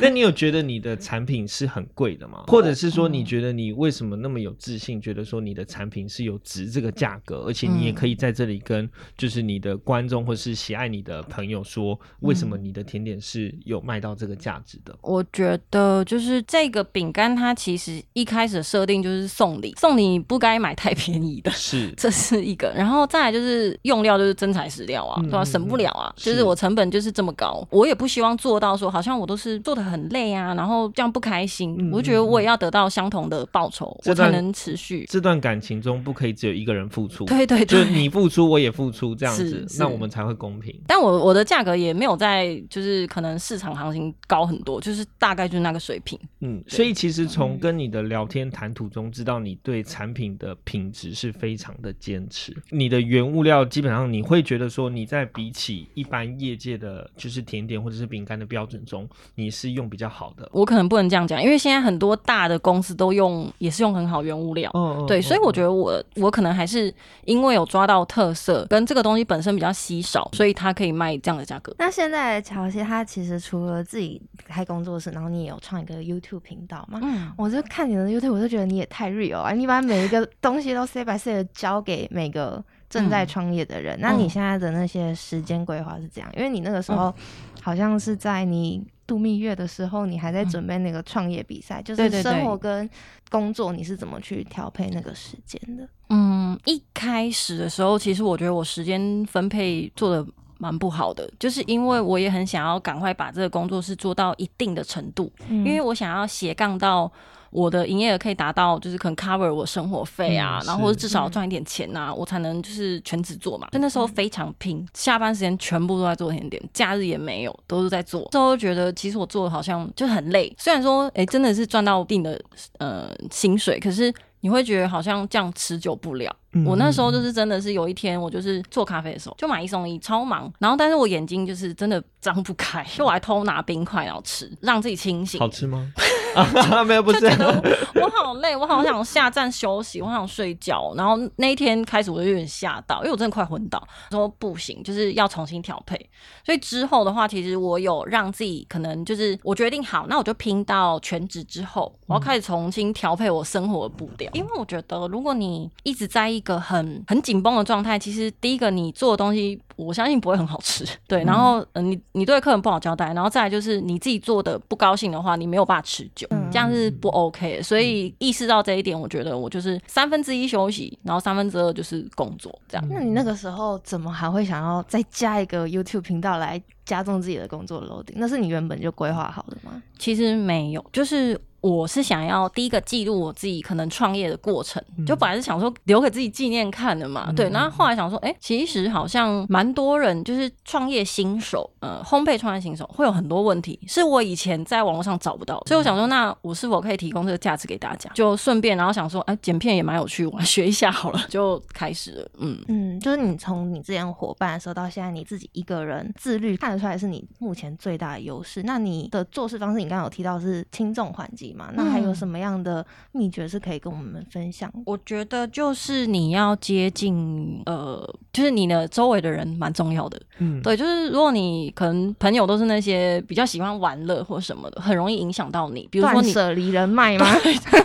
Speaker 3: 那你有觉得你的产品是很贵 的吗？或者是说，你觉得你为什么那么有自信，觉得说你的产品是有值这个价格，而且你也可以在这里跟就是你的观众或是喜爱你的朋友说，为什么你的甜点是有卖到这个价值 的？
Speaker 1: 我觉得就是这个饼干，它其实一开始的设定就是送礼，送礼不该买太便宜的。
Speaker 3: 是
Speaker 1: 这是一个，然后再来就是用料就是真材实料啊，
Speaker 3: 嗯
Speaker 1: 对吧、
Speaker 3: 嗯
Speaker 1: 省不了啊，就是
Speaker 3: 是
Speaker 1: 我成本就是这么高，我也不希望做到说好像我都是做的很累啊，然后这样不开心，
Speaker 3: 嗯
Speaker 1: 我觉得我也要得到相同的报酬，
Speaker 3: 这
Speaker 1: 我
Speaker 3: 段
Speaker 1: 才能持续。
Speaker 3: 这段感情中不可以只有一个人付出，
Speaker 1: 对对
Speaker 3: 就
Speaker 1: 对，
Speaker 3: 是你付出我也付出这样子，
Speaker 1: 是是
Speaker 3: 那我们才会公平。
Speaker 1: 但我我的价格也没有在就是可能市场行情高很多，就是大概就是那个水平。
Speaker 3: 嗯，所以其实从跟你的聊天谈吐中，知道你对产品的品质是非常的坚持。你的原物料基本上你会觉得说，你在比起一般业界的就是甜点或者是饼干的标准中，你是用比较好的。
Speaker 1: 我可能不能这样讲，因为现在很多大的公司都用也是用很好原物料。
Speaker 3: 哦
Speaker 1: 对，所以我觉
Speaker 3: 得
Speaker 1: 得我我可能还是因为有抓到特色，跟这个东西本身比较稀少，所以它可以卖这样的价格。
Speaker 4: 那现在的乔西，他其实除了自己开工作室，然后你也有创一个 YouTube 频道嘛？
Speaker 1: 嗯，
Speaker 4: 我就看你的 YouTube，我就觉得你也太 real 啊！你把每一个东西都 say by say 的交给每个正在创业的人。
Speaker 1: 嗯
Speaker 4: 那你现在的那些时间规划是怎样？因为你那个时
Speaker 1: 嗯
Speaker 4: 候好像是在你度蜜月的时候，你还在准备那个创业比赛，就
Speaker 1: 对
Speaker 4: 是
Speaker 1: 对对
Speaker 4: 生活跟工作你是怎么去调配那个时间的？
Speaker 1: 嗯，一开始的时候，其实我觉得我时间分配做的蛮不好的，就是因为我也很想要赶快把这个工作室做到一定的程度，
Speaker 3: 嗯
Speaker 4: 因
Speaker 1: 因为我想要斜杠到我的营业额可以达到，就是可能 cover 我生活费啊，
Speaker 3: 嗯嗯
Speaker 1: 然后或
Speaker 3: 是
Speaker 1: 者至少赚一点钱啊，我才能就是全职做嘛。就那时候非常拼，下班时间全部都在做甜点，假日也没有，都是在做。之后就觉得其实我做的好像就很累，虽然说哎、诶真的是赚到一定的呃薪水，可是。你会觉得好像这样持久不了。
Speaker 3: 嗯
Speaker 1: 我那时候就是真的是有一天，我就是做咖啡的时候就买一送一，超忙。然后但是我眼睛就是真的张不开， 就我还偷拿冰块然后吃，让自己清醒。
Speaker 3: 好吃吗？嗯 啊，没有，不是
Speaker 1: 就觉得 我我好累，我好想下站休息，我好想睡觉。然后那一天开始我就有点吓到，因为我真的快昏倒，说不行，就是要重新调配。所以之后的话，其实我有让自己可能就是我决定好，那我就拼到全职之后，我要开始重新调配我生活的步调。因为我觉得，如果你一直在一个很很紧绷的状态，其实第一个你做的东西，我相信不会很好吃， 对。然后、呃、你你对客人不好交代，然后再来就是你自己做的不高兴的话，你没有办法持久，
Speaker 4: 嗯
Speaker 1: 这样是不 OK 的。所以意识到这一点，我觉得我就是三分之一休息，然后三分之二就是工作这样。
Speaker 4: 那你那个时候怎么还会想要再加一个 YouTube 频道来加重自己的工作 loading？那是你原本就规划好的吗？
Speaker 1: 其实没有，就是我是想要第一个记录我自己可能创业的过程，就本来是想说留给自己纪念看的嘛，对。然后嗯后来想说，哎、其实好像蛮多人就是创业新手，呃，烘焙创业新手会有很多问题，是我以前在网络上找不到的，所以我想说，那我是否可以提供这个价值给大家？就顺便，然后想说，哎、剪片也蛮有趣，我来学一下好了， 就开始了，嗯。
Speaker 4: 嗯，就是你从你之前伙伴的时候到现在你自己一个人自律，看得出来是你目前最大的优势。那你的做事方式，你刚刚有提到是轻重缓急嘛？那还有
Speaker 1: 嗯
Speaker 4: 什么样的秘诀是可以跟我们分享的？
Speaker 1: 我觉得就是你要接近，呃，就是你的周围的人蛮重要的。
Speaker 3: 嗯
Speaker 1: 对，就是如果你可能朋友都是那些比较喜欢玩乐或什么的，很容易影响到你。比如说
Speaker 4: 断
Speaker 1: 你，
Speaker 4: 舍离人脉吗？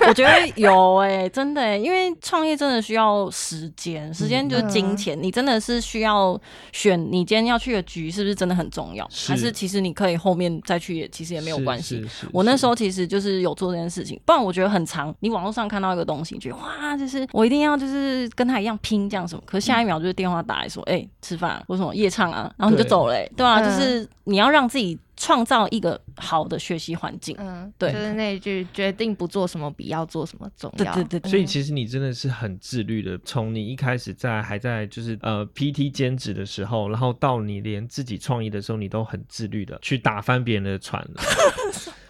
Speaker 1: 我觉得有哎、真的、欸，因为创业真的需要时间，时间就是金钱，你真的是需要选你今天要去的局是不是真的很重要，还
Speaker 3: 是
Speaker 1: 是其实你可以后面再去也其实也没有关系。。
Speaker 3: 是是是
Speaker 1: 我那时
Speaker 3: 候
Speaker 1: 候其实就是有做这件事情，不然我觉得很长。你网络上看到一个东西，你觉得哇，就是我一定要就是跟他一样拼这样什么，可是下一秒就是电话打来说，哎、吃饭、啊、或什么夜唱啊，然后你就
Speaker 3: 对
Speaker 1: 走了、欸对啊，
Speaker 4: 嗯
Speaker 1: 就是你要让自己创造一个好的学习环境。
Speaker 4: 嗯，
Speaker 1: 对
Speaker 4: 就是那一句决定不做什么比要做什么重
Speaker 1: 对
Speaker 4: 要。
Speaker 1: 对对对
Speaker 3: 所以其实你真的是很自律的，从你一开始在还在就是呃 PT 兼职的时候，然后到你连自己创业的时候，你都很自律的去打翻别人的船了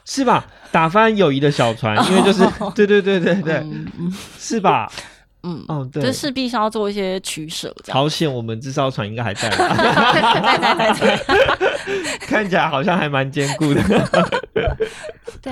Speaker 3: 是吧？打翻友谊的小船，因为就是 对对对对对，
Speaker 1: 嗯嗯
Speaker 3: 是吧？
Speaker 1: 嗯，
Speaker 3: 哦，对
Speaker 1: 就，是必须要做一些取舍，这样。
Speaker 3: 朝鲜我们这艘船应该还在 吧？
Speaker 1: 对对 对对
Speaker 3: 看起来好像还蛮坚固的。
Speaker 4: 对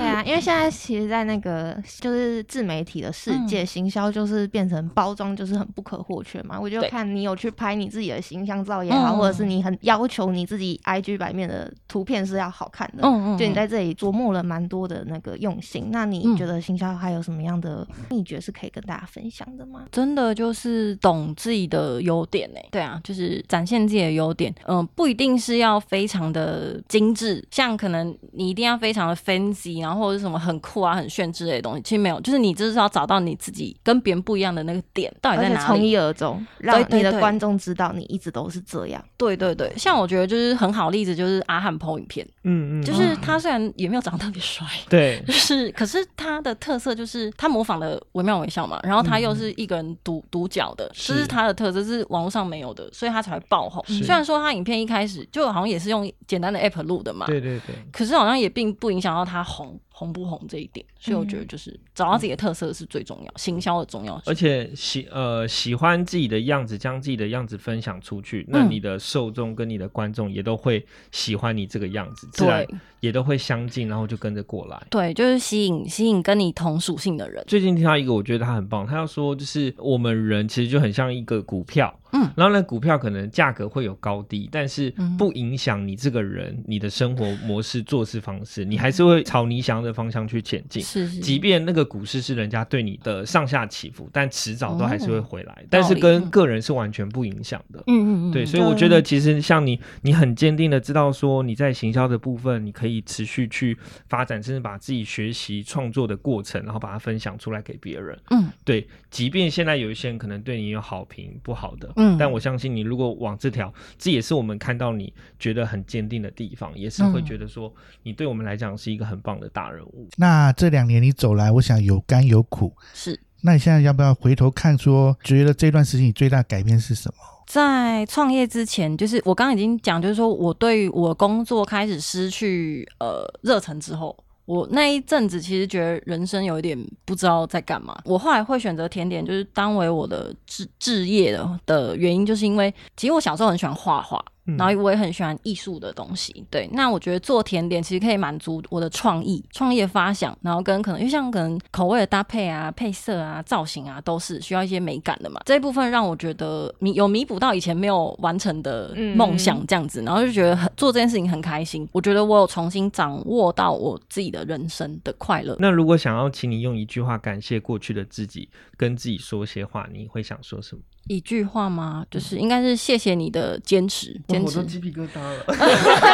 Speaker 4: 啊，因为现在其实，在那个就是自媒体的世
Speaker 1: 嗯
Speaker 4: 界，行销就是变成包装，就是很不可或缺嘛。我就
Speaker 1: 对
Speaker 4: 看你有去拍你自己的形象照也好，
Speaker 1: 嗯
Speaker 4: 或者是你很要求你自己 IG 版面的图片是要好看的。
Speaker 1: 嗯嗯，
Speaker 4: 就你在这里琢磨了蛮多的那个用心，那你
Speaker 1: 嗯
Speaker 4: 觉得行销还有什么样的秘诀是可以跟大家分享的吗？
Speaker 1: 真的就是懂自己的优点呢、对啊，就是展现自己的优点。嗯、不一定是要非常的精致，像可能你一定要非常的 fancy，然后或者是什么很酷啊、很炫之类的东西，其实没有，就是你就是要找到你自己跟别人不一样的那个点到底
Speaker 4: 而
Speaker 1: 在
Speaker 4: 且
Speaker 1: 哪
Speaker 4: 从
Speaker 1: 里。
Speaker 4: 一而终，让
Speaker 1: 对
Speaker 4: 你的
Speaker 1: 对
Speaker 4: 观众知道你一直都是这样。
Speaker 1: 对对对，像我觉得就是很好例子就是阿汉 PO 影片，
Speaker 3: 嗯嗯，
Speaker 1: 就是他虽然也没有长得特别帅。
Speaker 3: 对
Speaker 1: 就是，可是他的特色就是他模仿的惟妙惟肖嘛，然后他又是一个人独独角的，这
Speaker 3: 嗯是
Speaker 1: 是他的特色，是网络上没有的，所以他才会爆红。
Speaker 3: 是
Speaker 1: 虽然说他影片一开始就好像也是用简单的 app 录的嘛，
Speaker 3: 对对对，
Speaker 1: 可是好像也并不影响到他红红不红这一点，所以我觉得就是找到自己的特色是最重要，行销的重要性。
Speaker 3: 而且喜呃喜欢自己的样子，将自己的样子分享出去，那
Speaker 1: 嗯
Speaker 3: 你的受众跟你的观众也都会喜欢你这个样子，自然
Speaker 1: 对
Speaker 3: 也都会相近，然后就跟着过来。
Speaker 1: 对，就是吸引吸引跟你同属性的人。
Speaker 3: 最近听到一个，我觉得他很棒，他要说就是我们人其实就很像一个股票，
Speaker 1: 嗯
Speaker 3: 然后呢，股票可能价格会有高低，但是不影响你这个人、你的生活模式、做事方式，你还是会朝你想要的方向去前进。
Speaker 1: 是是
Speaker 3: 即
Speaker 1: 是，
Speaker 3: 便那个股市是人家对你的上下起伏，但迟早都还是会回来，但
Speaker 1: 哦道
Speaker 3: 是
Speaker 1: 理
Speaker 3: 跟
Speaker 1: 嗯
Speaker 3: 个人是完全不影响的。
Speaker 1: 嗯嗯嗯，
Speaker 3: 对，
Speaker 1: 嗯
Speaker 3: 所以我觉得其实像你，你很坚定的知道说你在行销的部分，你可以持续去发展，甚至把自己学习创作的过程，然后把它分享出来给别人。
Speaker 1: 嗯，
Speaker 3: 对，即便现在有一些人可能对你有好评、不好的，
Speaker 1: 嗯
Speaker 3: 但我相信你如果往这条，这也是我们看到你觉得很坚定的地方，也是会
Speaker 1: 嗯
Speaker 3: 觉得说你对我们来讲是一个很棒的大人物。
Speaker 5: 那这两年你走来，我想有甘有苦。
Speaker 1: 是。
Speaker 5: 那你现在要不要回头看说，觉得这段时间你最大的改变是什么？
Speaker 1: 在创业之前，就是我刚刚已经讲，就是说我对于我工作开始失去呃热忱之后。我那一阵子其实觉得人生有一点不知道在干嘛。我后来会选择甜点，就是当为我的置置业的的原因，就是因为其实我小时候很喜欢画画，
Speaker 3: 嗯
Speaker 1: 然后我也很喜欢艺术的东西。对，那我觉得做甜点其实可以满足我的创意、创业发想，然后跟可能就像可能口味的搭配啊、配色啊、造型啊，都是需要一些美感的嘛。这一部分让我觉得弥有弥补到以前没有完成的
Speaker 3: 嗯
Speaker 1: 梦想这样子，然后就觉得很做这件事情很开心。我觉得我有重新掌握到我自己的人生的快乐。
Speaker 3: 那如果想要请你用一句话感谢过去的自己，跟自己说些话，你会想说什么？
Speaker 1: 一句话吗？就是应该是谢谢你的坚持，坚持。
Speaker 3: 皮疙瘩了。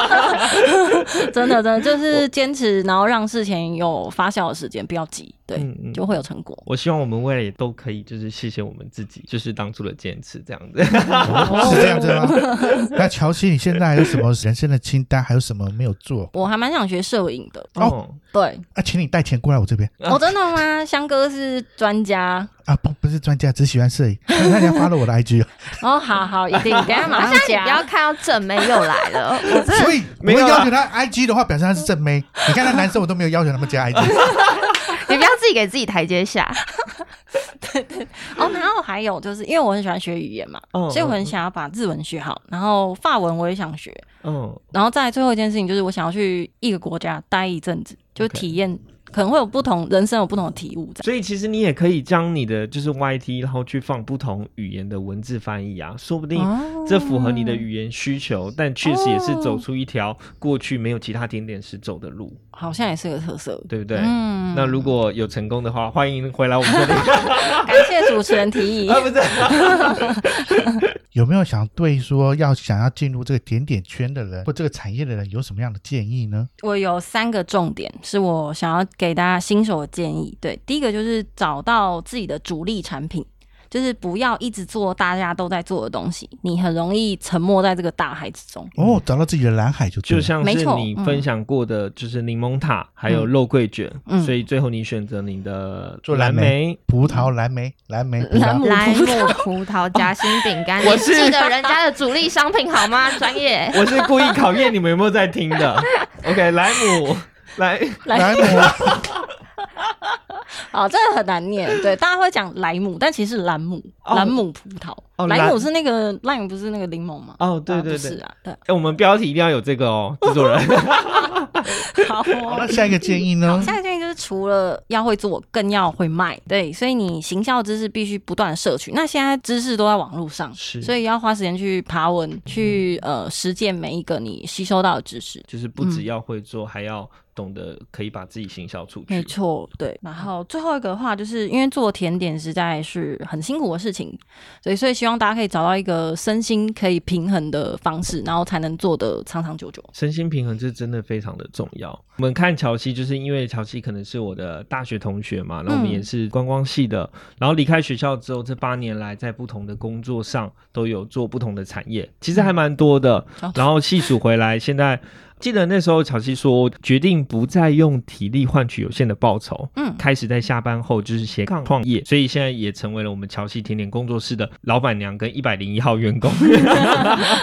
Speaker 1: 真的，真的就是坚持，然后让事情有发酵的时间，不要急，对，
Speaker 3: 嗯嗯
Speaker 1: 就会有成果。
Speaker 3: 我希望我们未来也都可以，就是谢谢我们自己，就是当初的坚持 这样子。
Speaker 5: 是这样子吗？ 那乔西，你现在还有什么人生的清单？还有什么没有做？
Speaker 1: 我还蛮想学摄影的，
Speaker 3: 哦，
Speaker 1: 对，
Speaker 5: 啊，请你带钱过来我这边
Speaker 3: 啊
Speaker 1: 哦，真的吗？香哥是专家，
Speaker 5: 啊，不不是专家，只喜欢摄影。那你要 follow 我的 IG，哦
Speaker 1: 哦，好好，一 定，等一下马
Speaker 4: 好
Speaker 1: 上
Speaker 4: 像你不
Speaker 1: 加。
Speaker 4: 要看到正妹又来 了，我 真的
Speaker 5: 所以我
Speaker 3: 没
Speaker 5: 们
Speaker 3: 有啦
Speaker 5: 要求他 IG 的话，表示他是正妹。你看他男生，我都没有要求他们加 IG。
Speaker 4: 你不要自己给自己台阶下。
Speaker 1: 哦，然后还有就是，因为我很喜欢学语言嘛，
Speaker 3: 嗯
Speaker 1: 所以我很想要把日文学好，然后法文我也想学，
Speaker 3: 嗯，
Speaker 1: 然后再来最后一件事情就是，我想要去一个国家待一阵子，就
Speaker 3: OK
Speaker 1: 体验，可能会有不同人生有不同的体悟，这样。
Speaker 3: 所以其实你也可以将你的就是 YT，然后去放不同语言的文字翻译啊，说不定
Speaker 1: 哦
Speaker 3: 这符合你的语言需求，但确实也是走出一条过去没有其他点点是走的路，
Speaker 1: 好像也是个特色。
Speaker 3: 对不对？
Speaker 1: 嗯
Speaker 3: 那如果有成功的话，欢迎回来我们这里。
Speaker 1: 感谢主持人提议。
Speaker 3: 啊，不是，
Speaker 5: 有没有想对说要想要进入这个甜点圈的人或这个产业的人有什么样的建议呢？
Speaker 1: 我有三个重点是我想要给大家新手的建议。对，第一个就是找到自己的主力产品，就是不要一直做大家都在做的东西，你很容易沉没在这个大海之中。
Speaker 5: 哦，找到自己的蓝海就对
Speaker 3: 就
Speaker 5: 了
Speaker 3: 像
Speaker 1: 没
Speaker 3: 是
Speaker 1: 错
Speaker 3: 你
Speaker 1: 嗯
Speaker 3: 分享过的，就是柠檬塔还有肉桂卷，
Speaker 1: 嗯
Speaker 3: 所以最后你选择你的
Speaker 5: 做
Speaker 3: 蓝
Speaker 5: 蓝莓
Speaker 3: 莓。
Speaker 5: 葡萄、蓝莓、蓝莓、
Speaker 3: 嗯
Speaker 5: 葡
Speaker 1: 蓝
Speaker 5: 萄
Speaker 1: 莓。
Speaker 4: 莱姆葡萄夹心饼干，
Speaker 3: 我
Speaker 4: 你
Speaker 3: 是
Speaker 4: 记得人家的主力商品好吗？专业。
Speaker 3: 我是故意考验你们有没有在听的。OK，莱姆，来，
Speaker 5: 莱姆，
Speaker 1: 啊，这个很难念。对，大家会讲莱姆，但其实是兰姆，
Speaker 3: 哦
Speaker 1: 兰姆葡萄。
Speaker 3: 哦
Speaker 1: 莱姆
Speaker 3: 兰
Speaker 1: 是那个莱姆不是那个柠檬吗？
Speaker 3: 哦对
Speaker 1: 啊
Speaker 3: 对
Speaker 1: 不
Speaker 3: 对
Speaker 1: 是啊，对，
Speaker 3: 哎，我们标题一定要有这个哦，制作人。
Speaker 1: 好
Speaker 5: 好，
Speaker 1: 哦
Speaker 5: 那。下一个建议
Speaker 3: 嗯
Speaker 5: 呢？
Speaker 1: 下一个建议就是，除了要会做，更要会卖。对，所以你行销知识必须不断地摄取。那现在知识都在网络上，
Speaker 3: 是嗯
Speaker 1: 所以要花时间去爬文，去呃实践每一个你吸收到的知识。
Speaker 3: 就是不只要会做，还要懂得可以把自己行销出去。
Speaker 1: 没，错，对。然后最后一个的话，就是因为做甜点实在是很辛苦的事情，对，所以希望大家可以找到一个身心可以平衡的方式，然后才能做得长长久久。
Speaker 3: 身心平衡这真的非常的重要。我们看乔西，就是因为乔西可能是我的大学同学嘛，然后我们
Speaker 1: 嗯
Speaker 3: 也是观光系的，然后离开学校之后，这八年来在不同的工作上都有做不同的产业，其实还蛮多的。
Speaker 1: 哦
Speaker 3: 然后细数回来，现在记得那时候乔西说，决定不再用体力换取有限的报酬，
Speaker 1: 嗯
Speaker 3: 开始在下班后就是斜杠创业，所以现在也成为了我们乔西甜点工作室的老板娘跟一百零一号员工。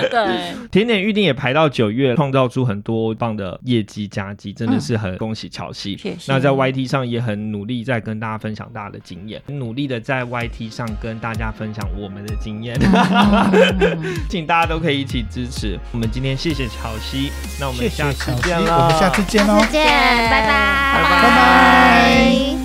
Speaker 1: 对，
Speaker 3: 甜点预定也排到九月，创造出很多棒的业绩佳绩，真的嗯是很恭喜乔西。
Speaker 1: 谢谢。
Speaker 3: 那在 YT 上也很努力，在跟大家分享大家的经验，努力的在 YT 上跟大家分享我们的经验， 请大家都可以一起支持。我们今天谢谢乔西，那我
Speaker 5: 谢
Speaker 3: 们
Speaker 5: 谢
Speaker 3: 下次
Speaker 5: 小
Speaker 3: 见
Speaker 5: 溪
Speaker 3: 了，
Speaker 5: 我们下次见
Speaker 4: 下
Speaker 5: 哦
Speaker 4: 次。见，拜拜，
Speaker 3: 拜
Speaker 5: 拜
Speaker 4: 拜